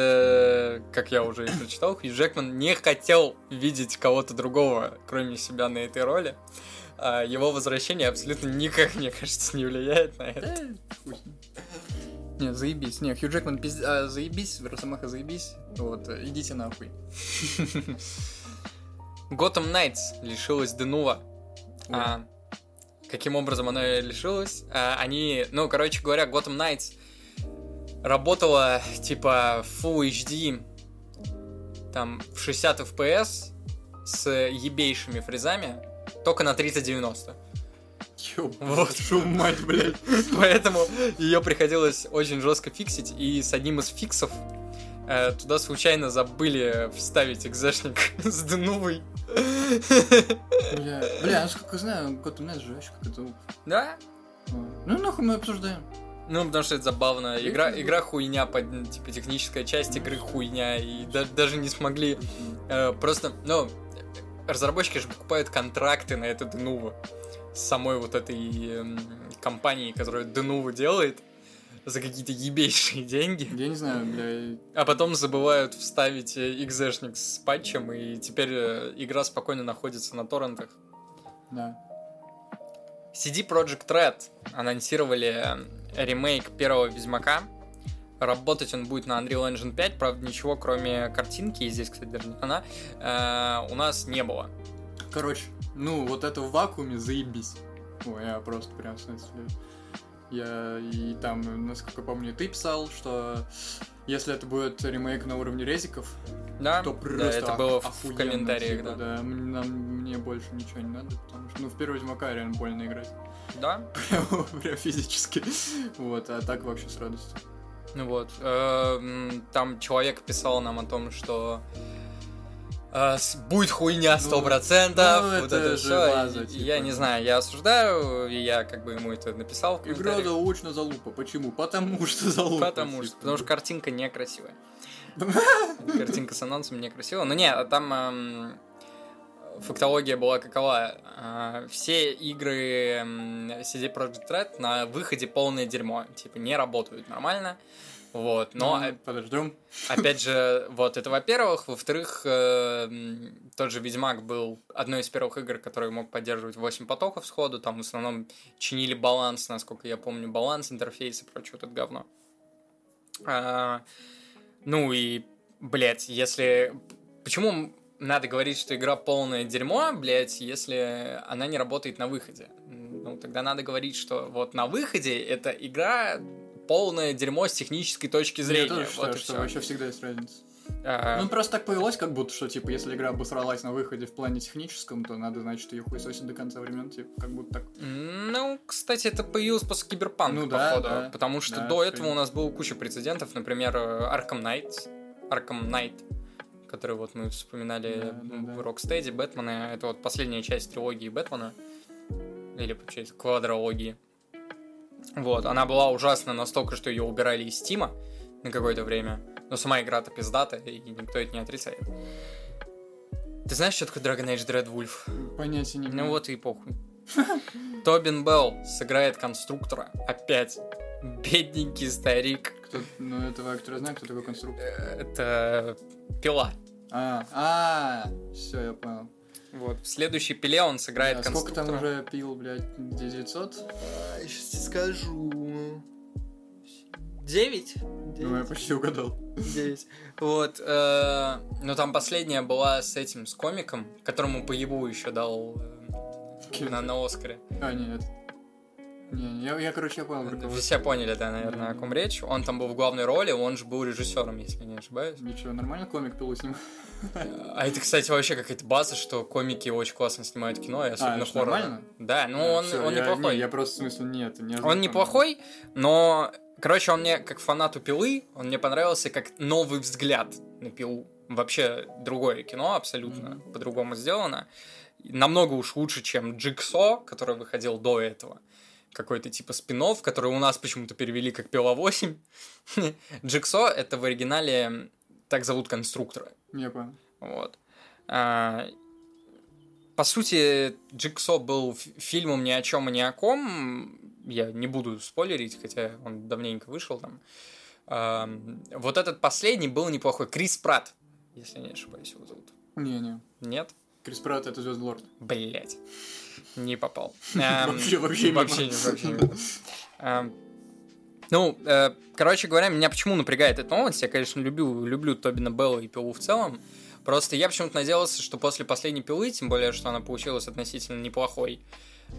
A: э, как я уже и прочитал, Хью Джекман не хотел видеть кого-то другого, кроме себя, на этой роли. А его возвращение абсолютно никак, мне кажется, не влияет на это.
B: Не, заебись. Не, Хью Джекман пизд... а, заебись, Росомаха заебись. Вот, э, идите нахуй.
A: Готэм Найтс лишилась Денува. А, каким образом она её лишилась? А, они, ну, короче говоря, Готэм Найтс работала типа Full HD, там, в 60 FPS с ебейшими фрезами, только на 3090.
B: Ёб,
A: Вот.
B: вашу мать, блядь.
A: Поэтому ее приходилось очень жестко фиксить, и с одним из фиксов э, туда случайно забыли вставить экзешник с Денувой.
B: Бля, бля, насколько знаю, Готэм Найт же вообще как это...
A: Да?
B: Ну нахуй мы обсуждаем.
A: Ну, потому что это забавно. Игра, игра хуйня, под- типа техническая часть игры хуйня. И да- даже не смогли э, просто... Ну, разработчики же покупают контракты на эту Денуву. С самой вот этой эм, компанией, которая Денуву делает за какие-то ебейшие деньги.
B: Я не знаю, бля,
A: А потом забывают вставить э, экзешник с патчем, и теперь э, игра спокойно находится на торрентах.
B: да.
A: CD Project Red анонсировали э, ремейк первого Ведьмака. Работать он будет на Unreal Engine 5, правда, ничего, кроме картинки, и здесь, кстати, даже не она, э, у нас не было.
B: Короче, ну вот это в вакууме заебись. Ой, я просто прям, в смысле... Я и там, насколько помню, ты писал, что если это будет ремейк на уровне резиков,
A: Да,
B: то
A: Да,
B: просто
A: это
B: ох-
A: было в- в
B: охуенно,
A: комментариях,
B: типа,
A: да.
B: м- нам- мне больше ничего не надо, потому что, ну, в первый Ведьмака реально больно играть.
A: Да,
B: Прям, прям физически. Вот, а так вообще с радостью.
A: Ну Вот. эм, Там человек писал нам о том, что э, с- будет хуйня 100%, процентов,
B: ну,
A: вот
B: это
A: это
B: же
A: всё.
B: база,
A: И- и
B: типа.
A: Я не знаю, я осуждаю, и я как бы ему это написал в
B: Игра
A: комментариях.
B: заочно залупа. Почему? Потому что залупа.
A: Потому что,
B: типа.
A: потому что картинка некрасивая. Картинка с анонсом некрасивая. Но не, а там эм, фактология была какова. А, Все игры эм, CD Projekt Red на выходе полное дерьмо. Типа не работают нормально. Вот, но
B: Ну, Подождем.
A: Опять же, вот это во-первых. Во-вторых, э, м, тот же Ведьмак был одной из первых игр, который мог поддерживать 8 потоков сходу. Там в основном чинили баланс, насколько я помню, баланс, интерфейс и прочее вот это говно. А, ну и, блядь, если... Почему надо говорить, что игра полное дерьмо, блядь, если она не работает на выходе? Ну, тогда надо говорить, что вот на выходе эта игра полное дерьмо с технической точки зрения.
B: Я тоже
A: Вот
B: считаю,
A: и
B: что
A: всё.
B: вообще всегда есть разница.
A: А,
B: Ну, просто так повелось, как будто, что, типа, если игра обосралась на выходе в плане техническом, то надо, значит, ее хуесосить до конца времен, типа, как будто так.
A: Ну, кстати, это появилось после Киберпанка,
B: Ну да,
A: походу.
B: да.
A: потому что
B: Да,
A: до
B: всё
A: этого у нас было куча прецедентов. Например, э, Arkham Knight. Arkham Knight, который вот мы вспоминали
B: Да, да, да.
A: в Рокстеде, Бэтмена. Это вот последняя часть трилогии Бэтмена. Или, получается, квадрологии. Вот, она была ужасна настолько, что ее убирали из Стима на какое-то время. Но сама игра-то пиздата, и никто это не отрицает. Ты знаешь, что такое Dragon Age Dreadwolf?
B: Понятия не
A: Ну вот и похуй. Тобин Белл сыграет конструктора. Опять. Бедненький старик.
B: Кто, ну, этого актера знаю, кто такой конструктор.
A: Э, Это пила.
B: А, а, все, я понял.
A: Вот. В следующей пиле он сыграет
B: А сколько
A: конструктора.
B: там уже А, пил, блядь, 900?
A: Сейчас скажу. Девять?
B: Ну, я почти угадал.
A: Девять. Вот. э, Но там последняя была с этим, с комиком, которому по ебу еще дал э, на, на Оскаре.
B: А, нет. Не, не, я, я, короче, я понял. про кого.
A: Вы все поняли, да, наверное, о ком речь. Он там был в главной роли, он же был режиссером, если не ошибаюсь.
B: Ничего, нормально комик пилу снимает?
A: А это, кстати, вообще какая-то база, что комики очень классно снимают кино, и особенно
B: А, это
A: хоррор.
B: нормально?
A: Да, ну
B: Да,
A: он,
B: всё,
A: он
B: я-
A: неплохой.
B: не, я просто, в смысле, нет. не
A: Он
B: ожидал.
A: неплохой, но, короче, он мне, как фанату пилы, он мне понравился как новый взгляд на пилу. Вообще другое кино, абсолютно
B: Мгм.
A: по-другому сделано. Намного уж лучше, чем Джиксо, который выходил до этого. Какой-то типа спин который у нас почему-то перевели как Пила 8. Джиксо это в оригинале Так зовут конструктора.
B: Я понял.
A: Вот. А, по сути, Джиксо был ф- фильмом ни о чем и ни о ком. Я не буду спойлерить, хотя он давненько вышел там. А, вот этот последний был неплохой. Крис Пратт, если я не ошибаюсь, его зовут.
B: Не-не.
A: Нет?
B: Крис Пратт это Звездный Лорд.
A: Блять. Не попал. Эм,
B: Вообще- вообще мимо.
A: Вообще не вообще мимо. Эм, Ну, э, короче говоря, меня почему напрягает эта новость? Я, конечно, люблю, люблю Тобина Белла и Пилу в целом. Просто я почему-то надеялся, что после последней пилы, тем более, что она получилась относительно неплохой,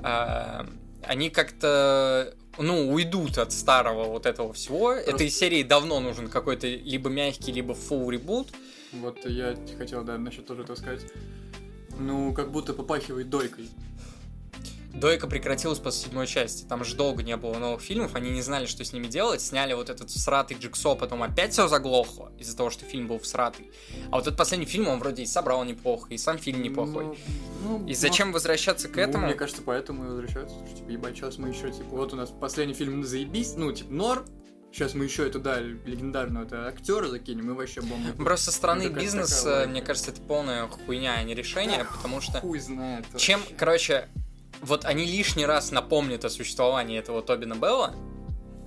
A: э, они как-то ну, уйдут от старого вот этого всего. Этой серии давно нужен какой-то либо мягкий, либо full ребут.
B: Вот я хотел, да, насчет тоже этого сказать. Ну, как будто попахивает дойкой.
A: Дойка прекратилась после седьмой части. Там же долго не было новых фильмов, они не знали, что с ними делать. Сняли вот этот всратый Джиксо, потом опять все заглохло из-за того, что фильм был всратый. А вот этот последний фильм, он вроде и собрал неплохо, и сам фильм неплохой.
B: Ну, ну,
A: И зачем возвращаться к
B: ну,
A: этому?
B: мне кажется, поэтому и возвращаются. Что, типа, ебать, сейчас мы еще, типа, вот у нас последний фильм заебись, ну, типа, нор. Сейчас мы еще туда легендарного это актера закинем, и вообще бомба.
A: Просто со стороны
B: Ну, такая-
A: бизнеса,
B: такая логика.
A: мне кажется, это полная хуйня, а не решение, потому что...
B: Хуй знает. вообще.
A: Чем, короче, вот они лишний раз напомнят о существовании этого Тобина Белла,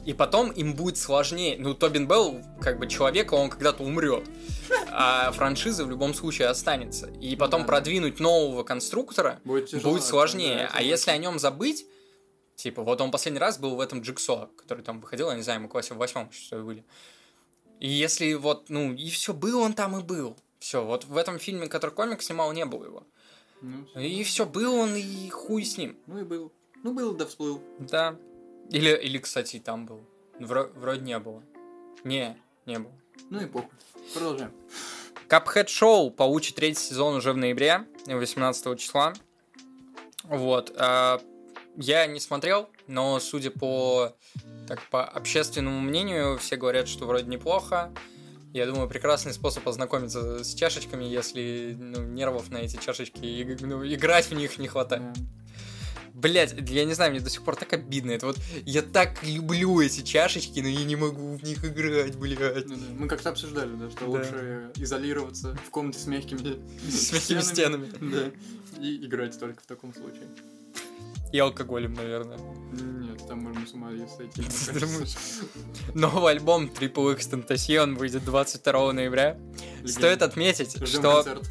A: и потом им будет сложнее. Ну, Тобин Белл, как бы человек, он когда-то умрет. А франшиза в любом случае останется. И потом
B: Да.
A: продвинуть нового конструктора
B: Будет тяжело,
A: будет
B: это,
A: сложнее.
B: да, это
A: а
B: очень-
A: если о нем забыть, типа, вот он последний раз был в этом Джиксо, который там выходил, я не знаю, мы в классе в восьмом что ли были. И если вот, ну, и все, был он там и был. Все, вот в этом фильме, который комик снимал, не было его.
B: Ну,
A: И все, был он, и хуй с ним.
B: ну и был. Ну, был, да всплыл.
A: Да. Или, или кстати, там был. Вро- вроде не было. Не, не было.
B: Ну и похуй. Продолжаем.
A: Капхед Шоу получит третий сезон уже в ноябре, 18 числа. Вот. а, Я не смотрел, но судя по, так, по общественному мнению, все говорят, что вроде неплохо. Я думаю, прекрасный способ ознакомиться с чашечками, если ну, нервов на эти чашечки, и, ну, играть в них не хватает.
B: Да.
A: Блять, я не знаю, мне до сих пор так обидно. Это вот я так люблю эти чашечки, но я не могу в них играть, блять.
B: Ну да, Мы как-то обсуждали, да, что
A: Да.
B: лучше изолироваться в комнате с мягкими
A: С мягкими стенами.
B: Да. И играть только в таком случае.
A: И алкоголем, наверное.
B: Нет, там можно с ума сойти. мне
A: Ты
B: кажется.
A: думаешь? Новый альбом Triple X Tentacion выйдет 22 ноября.
B: Легенда.
A: Стоит отметить,
B: Ждем
A: что,
B: концерт.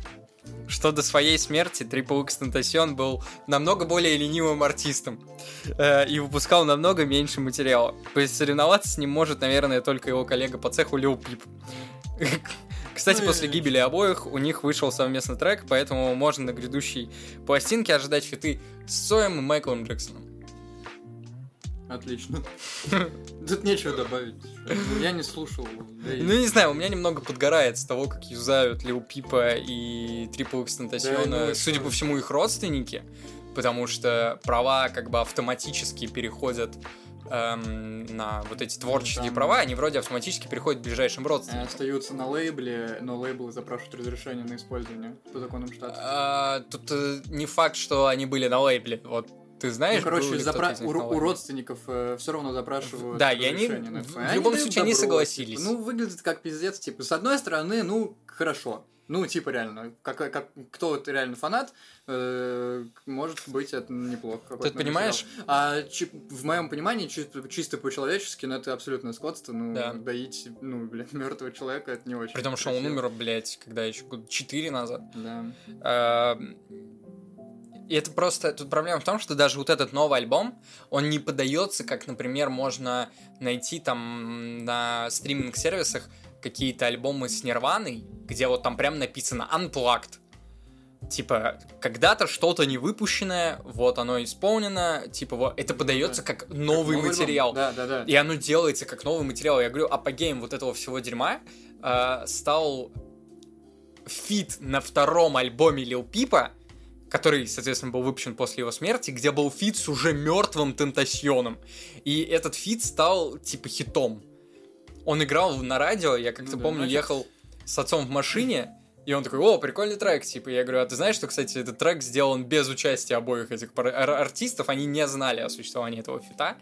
A: что до своей смерти Triple X Tentacion был намного более ленивым артистом э, и выпускал намного меньше материала. То есть соревноваться с ним может, наверное, только его коллега по цеху Лил Пип. Кстати,
B: Ну и-
A: после гибели обоих у них вышел совместный трек, поэтому можно на грядущей пластинке ожидать фиты с Соем и Майклом Джексоном.
B: Отлично. Тут нечего добавить. Я не слушал. да и-
A: Ну, не знаю, у меня немного подгорает с того, как юзают Лил Пипа и Triple X Tentacion,
B: Да, ну и
A: судя
B: что?
A: по всему, их родственники, потому что права как бы автоматически переходят эм, на вот эти творческие
B: Ну, Там-
A: права, они вроде автоматически переходят к ближайшим
B: Э,
A: родственникам.
B: Остаются на лейбле, но лейблы запрашивают разрешение на использование по законам штата.
A: А, тут э, не факт, что они были на лейбле. Вот ты
B: Ну,
A: знаешь,
B: короче,
A: был ли
B: запра-
A: кто-то из них
B: у,
A: на
B: у
A: лейбле?
B: родственников все равно запрашивают.
A: Да, и они
B: разрешение на
A: в-
B: это.
A: в любом
B: дают
A: случае не
B: добро,
A: согласились.
B: типа, ну, выглядит как пиздец, типа, с одной стороны, ну, хорошо. Ну, типа, реально, как, как, кто вот реально фанат, э, может быть, это неплохо. какой-то
A: Ты понимаешь?
B: материал. А чи- в моем понимании, чи- чисто по-человечески, ну, это абсолютное скотство, ну,
A: Да.
B: доить, ну, блин, мертвого человека, это не очень.
A: При том, что он
B: красиво.
A: умер, блядь, когда еще года 4 назад.
B: Да.
A: А, И это просто... Тут проблема в том, что даже вот этот новый альбом, он не подается, как, например, можно найти там на стриминг-сервисах какие-то альбомы с Нирваной, где вот там прям написано «Unplugged». Типа, когда-то что-то не выпущенное, вот оно исполнено, типа, вот, это подается как новый
B: Новый альбом.
A: материал.
B: Да, да, да.
A: И оно делается как новый материал. Я говорю, апогеем вот этого всего дерьма э, стал фит на втором альбоме Лил Пипа, который, соответственно, был выпущен после его смерти, где был фит с уже мертвым Тентасьоном. И этот фит стал, типа, хитом. Он играл на радио, я как-то
B: Ну да,
A: помню,
B: нафиг.
A: ехал с отцом в машине, и он такой, о, прикольный трек, типа, я говорю, а ты знаешь, что, кстати, этот трек сделан без участия обоих этих пар- ар- артистов, они не знали о существовании этого фита.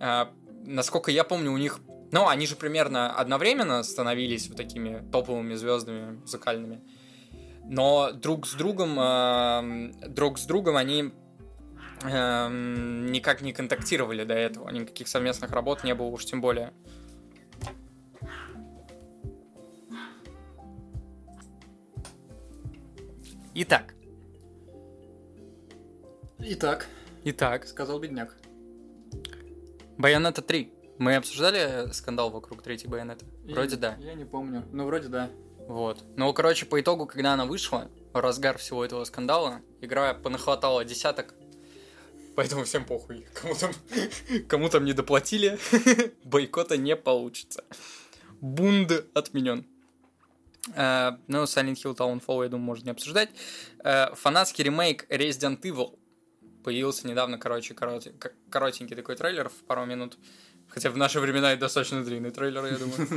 A: А, насколько я помню, у них Ну, они же примерно одновременно становились вот такими топовыми звездами музыкальными. Но друг с другом, эм, друг с другом они эм, никак не контактировали до этого. Никаких совместных работ не было уж тем более. Итак.
B: Итак,
A: Итак.
B: сказал бедняк.
A: Байонета 3. Мы обсуждали скандал вокруг третьей байонета?
B: Я-
A: Вроде да.
B: Я не помню. Ну, вроде да.
A: Вот. Ну, короче, по итогу, когда она вышла, в разгар всего этого скандала, игра понахватала десяток. Поэтому всем похуй. Кому там, кому там не доплатили, бойкота не получится. Бунд отменен. Э, ну, Silent Hill Townfall, я думаю, можно не обсуждать. Э, фанатский ремейк Resident Evil появился недавно, короче, короте- к- коротенький такой трейлер в пару минут. Хотя в наши времена это достаточно длинный трейлер, я думаю.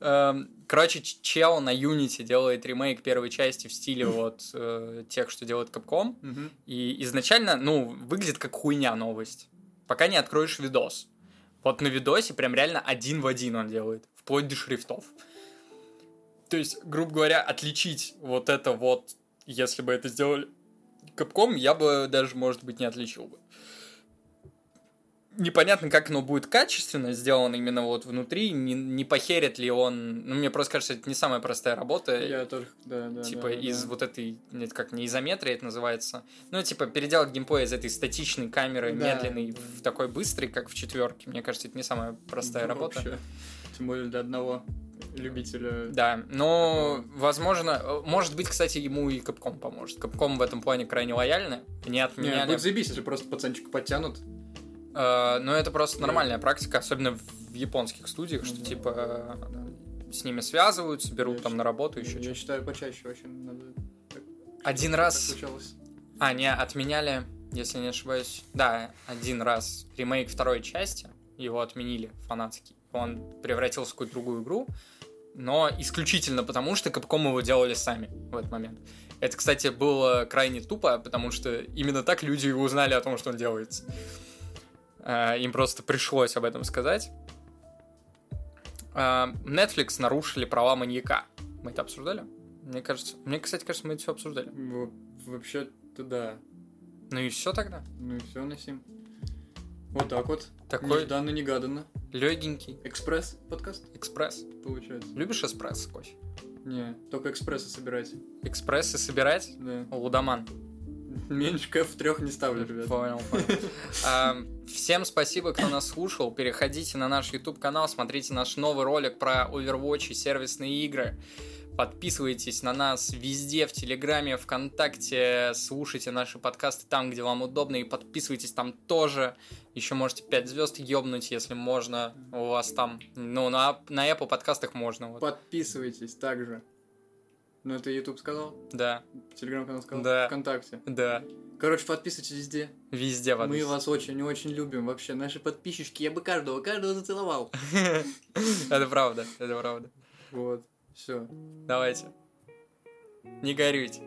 A: Эм, Короче, ч- чел на Unity делает ремейк первой части в стиле вот э, тех, что делает Capcom. И изначально, ну, выглядит как хуйня новость. Пока не откроешь видос. Вот на видосе прям реально один в один он делает, вплоть до шрифтов. То есть, грубо говоря, отличить вот это вот, если бы это сделали Capcom, я бы даже, может быть, не отличил бы. Непонятно, как оно будет качественно сделано именно вот внутри, не, не похерит ли он... Ну, мне просто кажется, это не самая простая работа
B: Я только, да, да.
A: Э, типа
B: да, да,
A: из
B: да.
A: вот этой, нет, как не изометрии это называется, ну, типа переделать геймплей из этой статичной камеры,
B: Да.
A: медленной, в такой быстрый, как в четверке. Мне кажется, это не самая простая работа.
B: Вообще. Тем более для одного любителя.
A: Да, но, возможно, э, может быть, кстати, ему и Капком поможет. Капком в этом плане крайне лояльны, не
B: Не, ну
A: отменяли.
B: будет заебись, если просто пацанчика подтянут.
A: Э, но это просто нормальная практика, особенно в японских студиях, что,
B: Мгм.
A: типа, э, с ними связываются, берут
B: Я
A: там
B: щ-
A: на работу
B: Я
A: еще что-то.
B: считаю, почаще вообще надо. так-
A: Один
B: так
A: раз
B: случалось.
A: А, не, отменяли, если не ошибаюсь. Да, один раз ремейк второй части, его отменили фанатский. Он превратился в какую-то другую игру, но исключительно потому, что Capcom его делали сами в этот момент. Это, кстати, было крайне тупо, потому что именно так люди и узнали о том, что он делается. Э, Им просто пришлось об этом сказать. Э, Netflix нарушили права маньяка. Мы это обсуждали? Мне кажется... Мне, кстати, кажется, мы это все обсуждали.
B: Во- Вообще-то да.
A: Ну и все тогда.
B: Ну и все, Насим. Вот так вот.
A: Такой
B: Нежданно, негаданно.
A: легенький
B: Экспресс подкаст
A: экспресс.
B: получается.
A: Любишь эспрессо, Кофе?
B: Не, только экспрессы собирайте.
A: Экспрессы собирать?
B: Да.
A: Лудоман.
B: Меньше кэф трех не ставлю, ребята.
A: Понял, понял. Ам, Всем спасибо, кто нас слушал. Переходите на наш YouTube-канал, смотрите наш новый ролик про Overwatch и сервисные игры. Подписывайтесь на нас везде, в Телеграме, ВКонтакте. Слушайте наши подкасты там, где вам удобно. И подписывайтесь там тоже. Еще можете 5 звезд ебнуть, если можно. У вас там... Ну, на, на Apple подкастах можно. вот.
B: Подписывайтесь также. Ну, это YouTube сказал,
A: Да,
B: телеграм-канал сказал,
A: Да.
B: ВКонтакте.
A: да.
B: Короче, подписывайтесь везде.
A: Везде в
B: Мы
A: адрес.
B: вас очень и очень любим. Вообще, наши подписчики, я бы каждого, каждого зацеловал.
A: Это правда, это правда.
B: Вот, все.
A: Давайте. Не горюйте.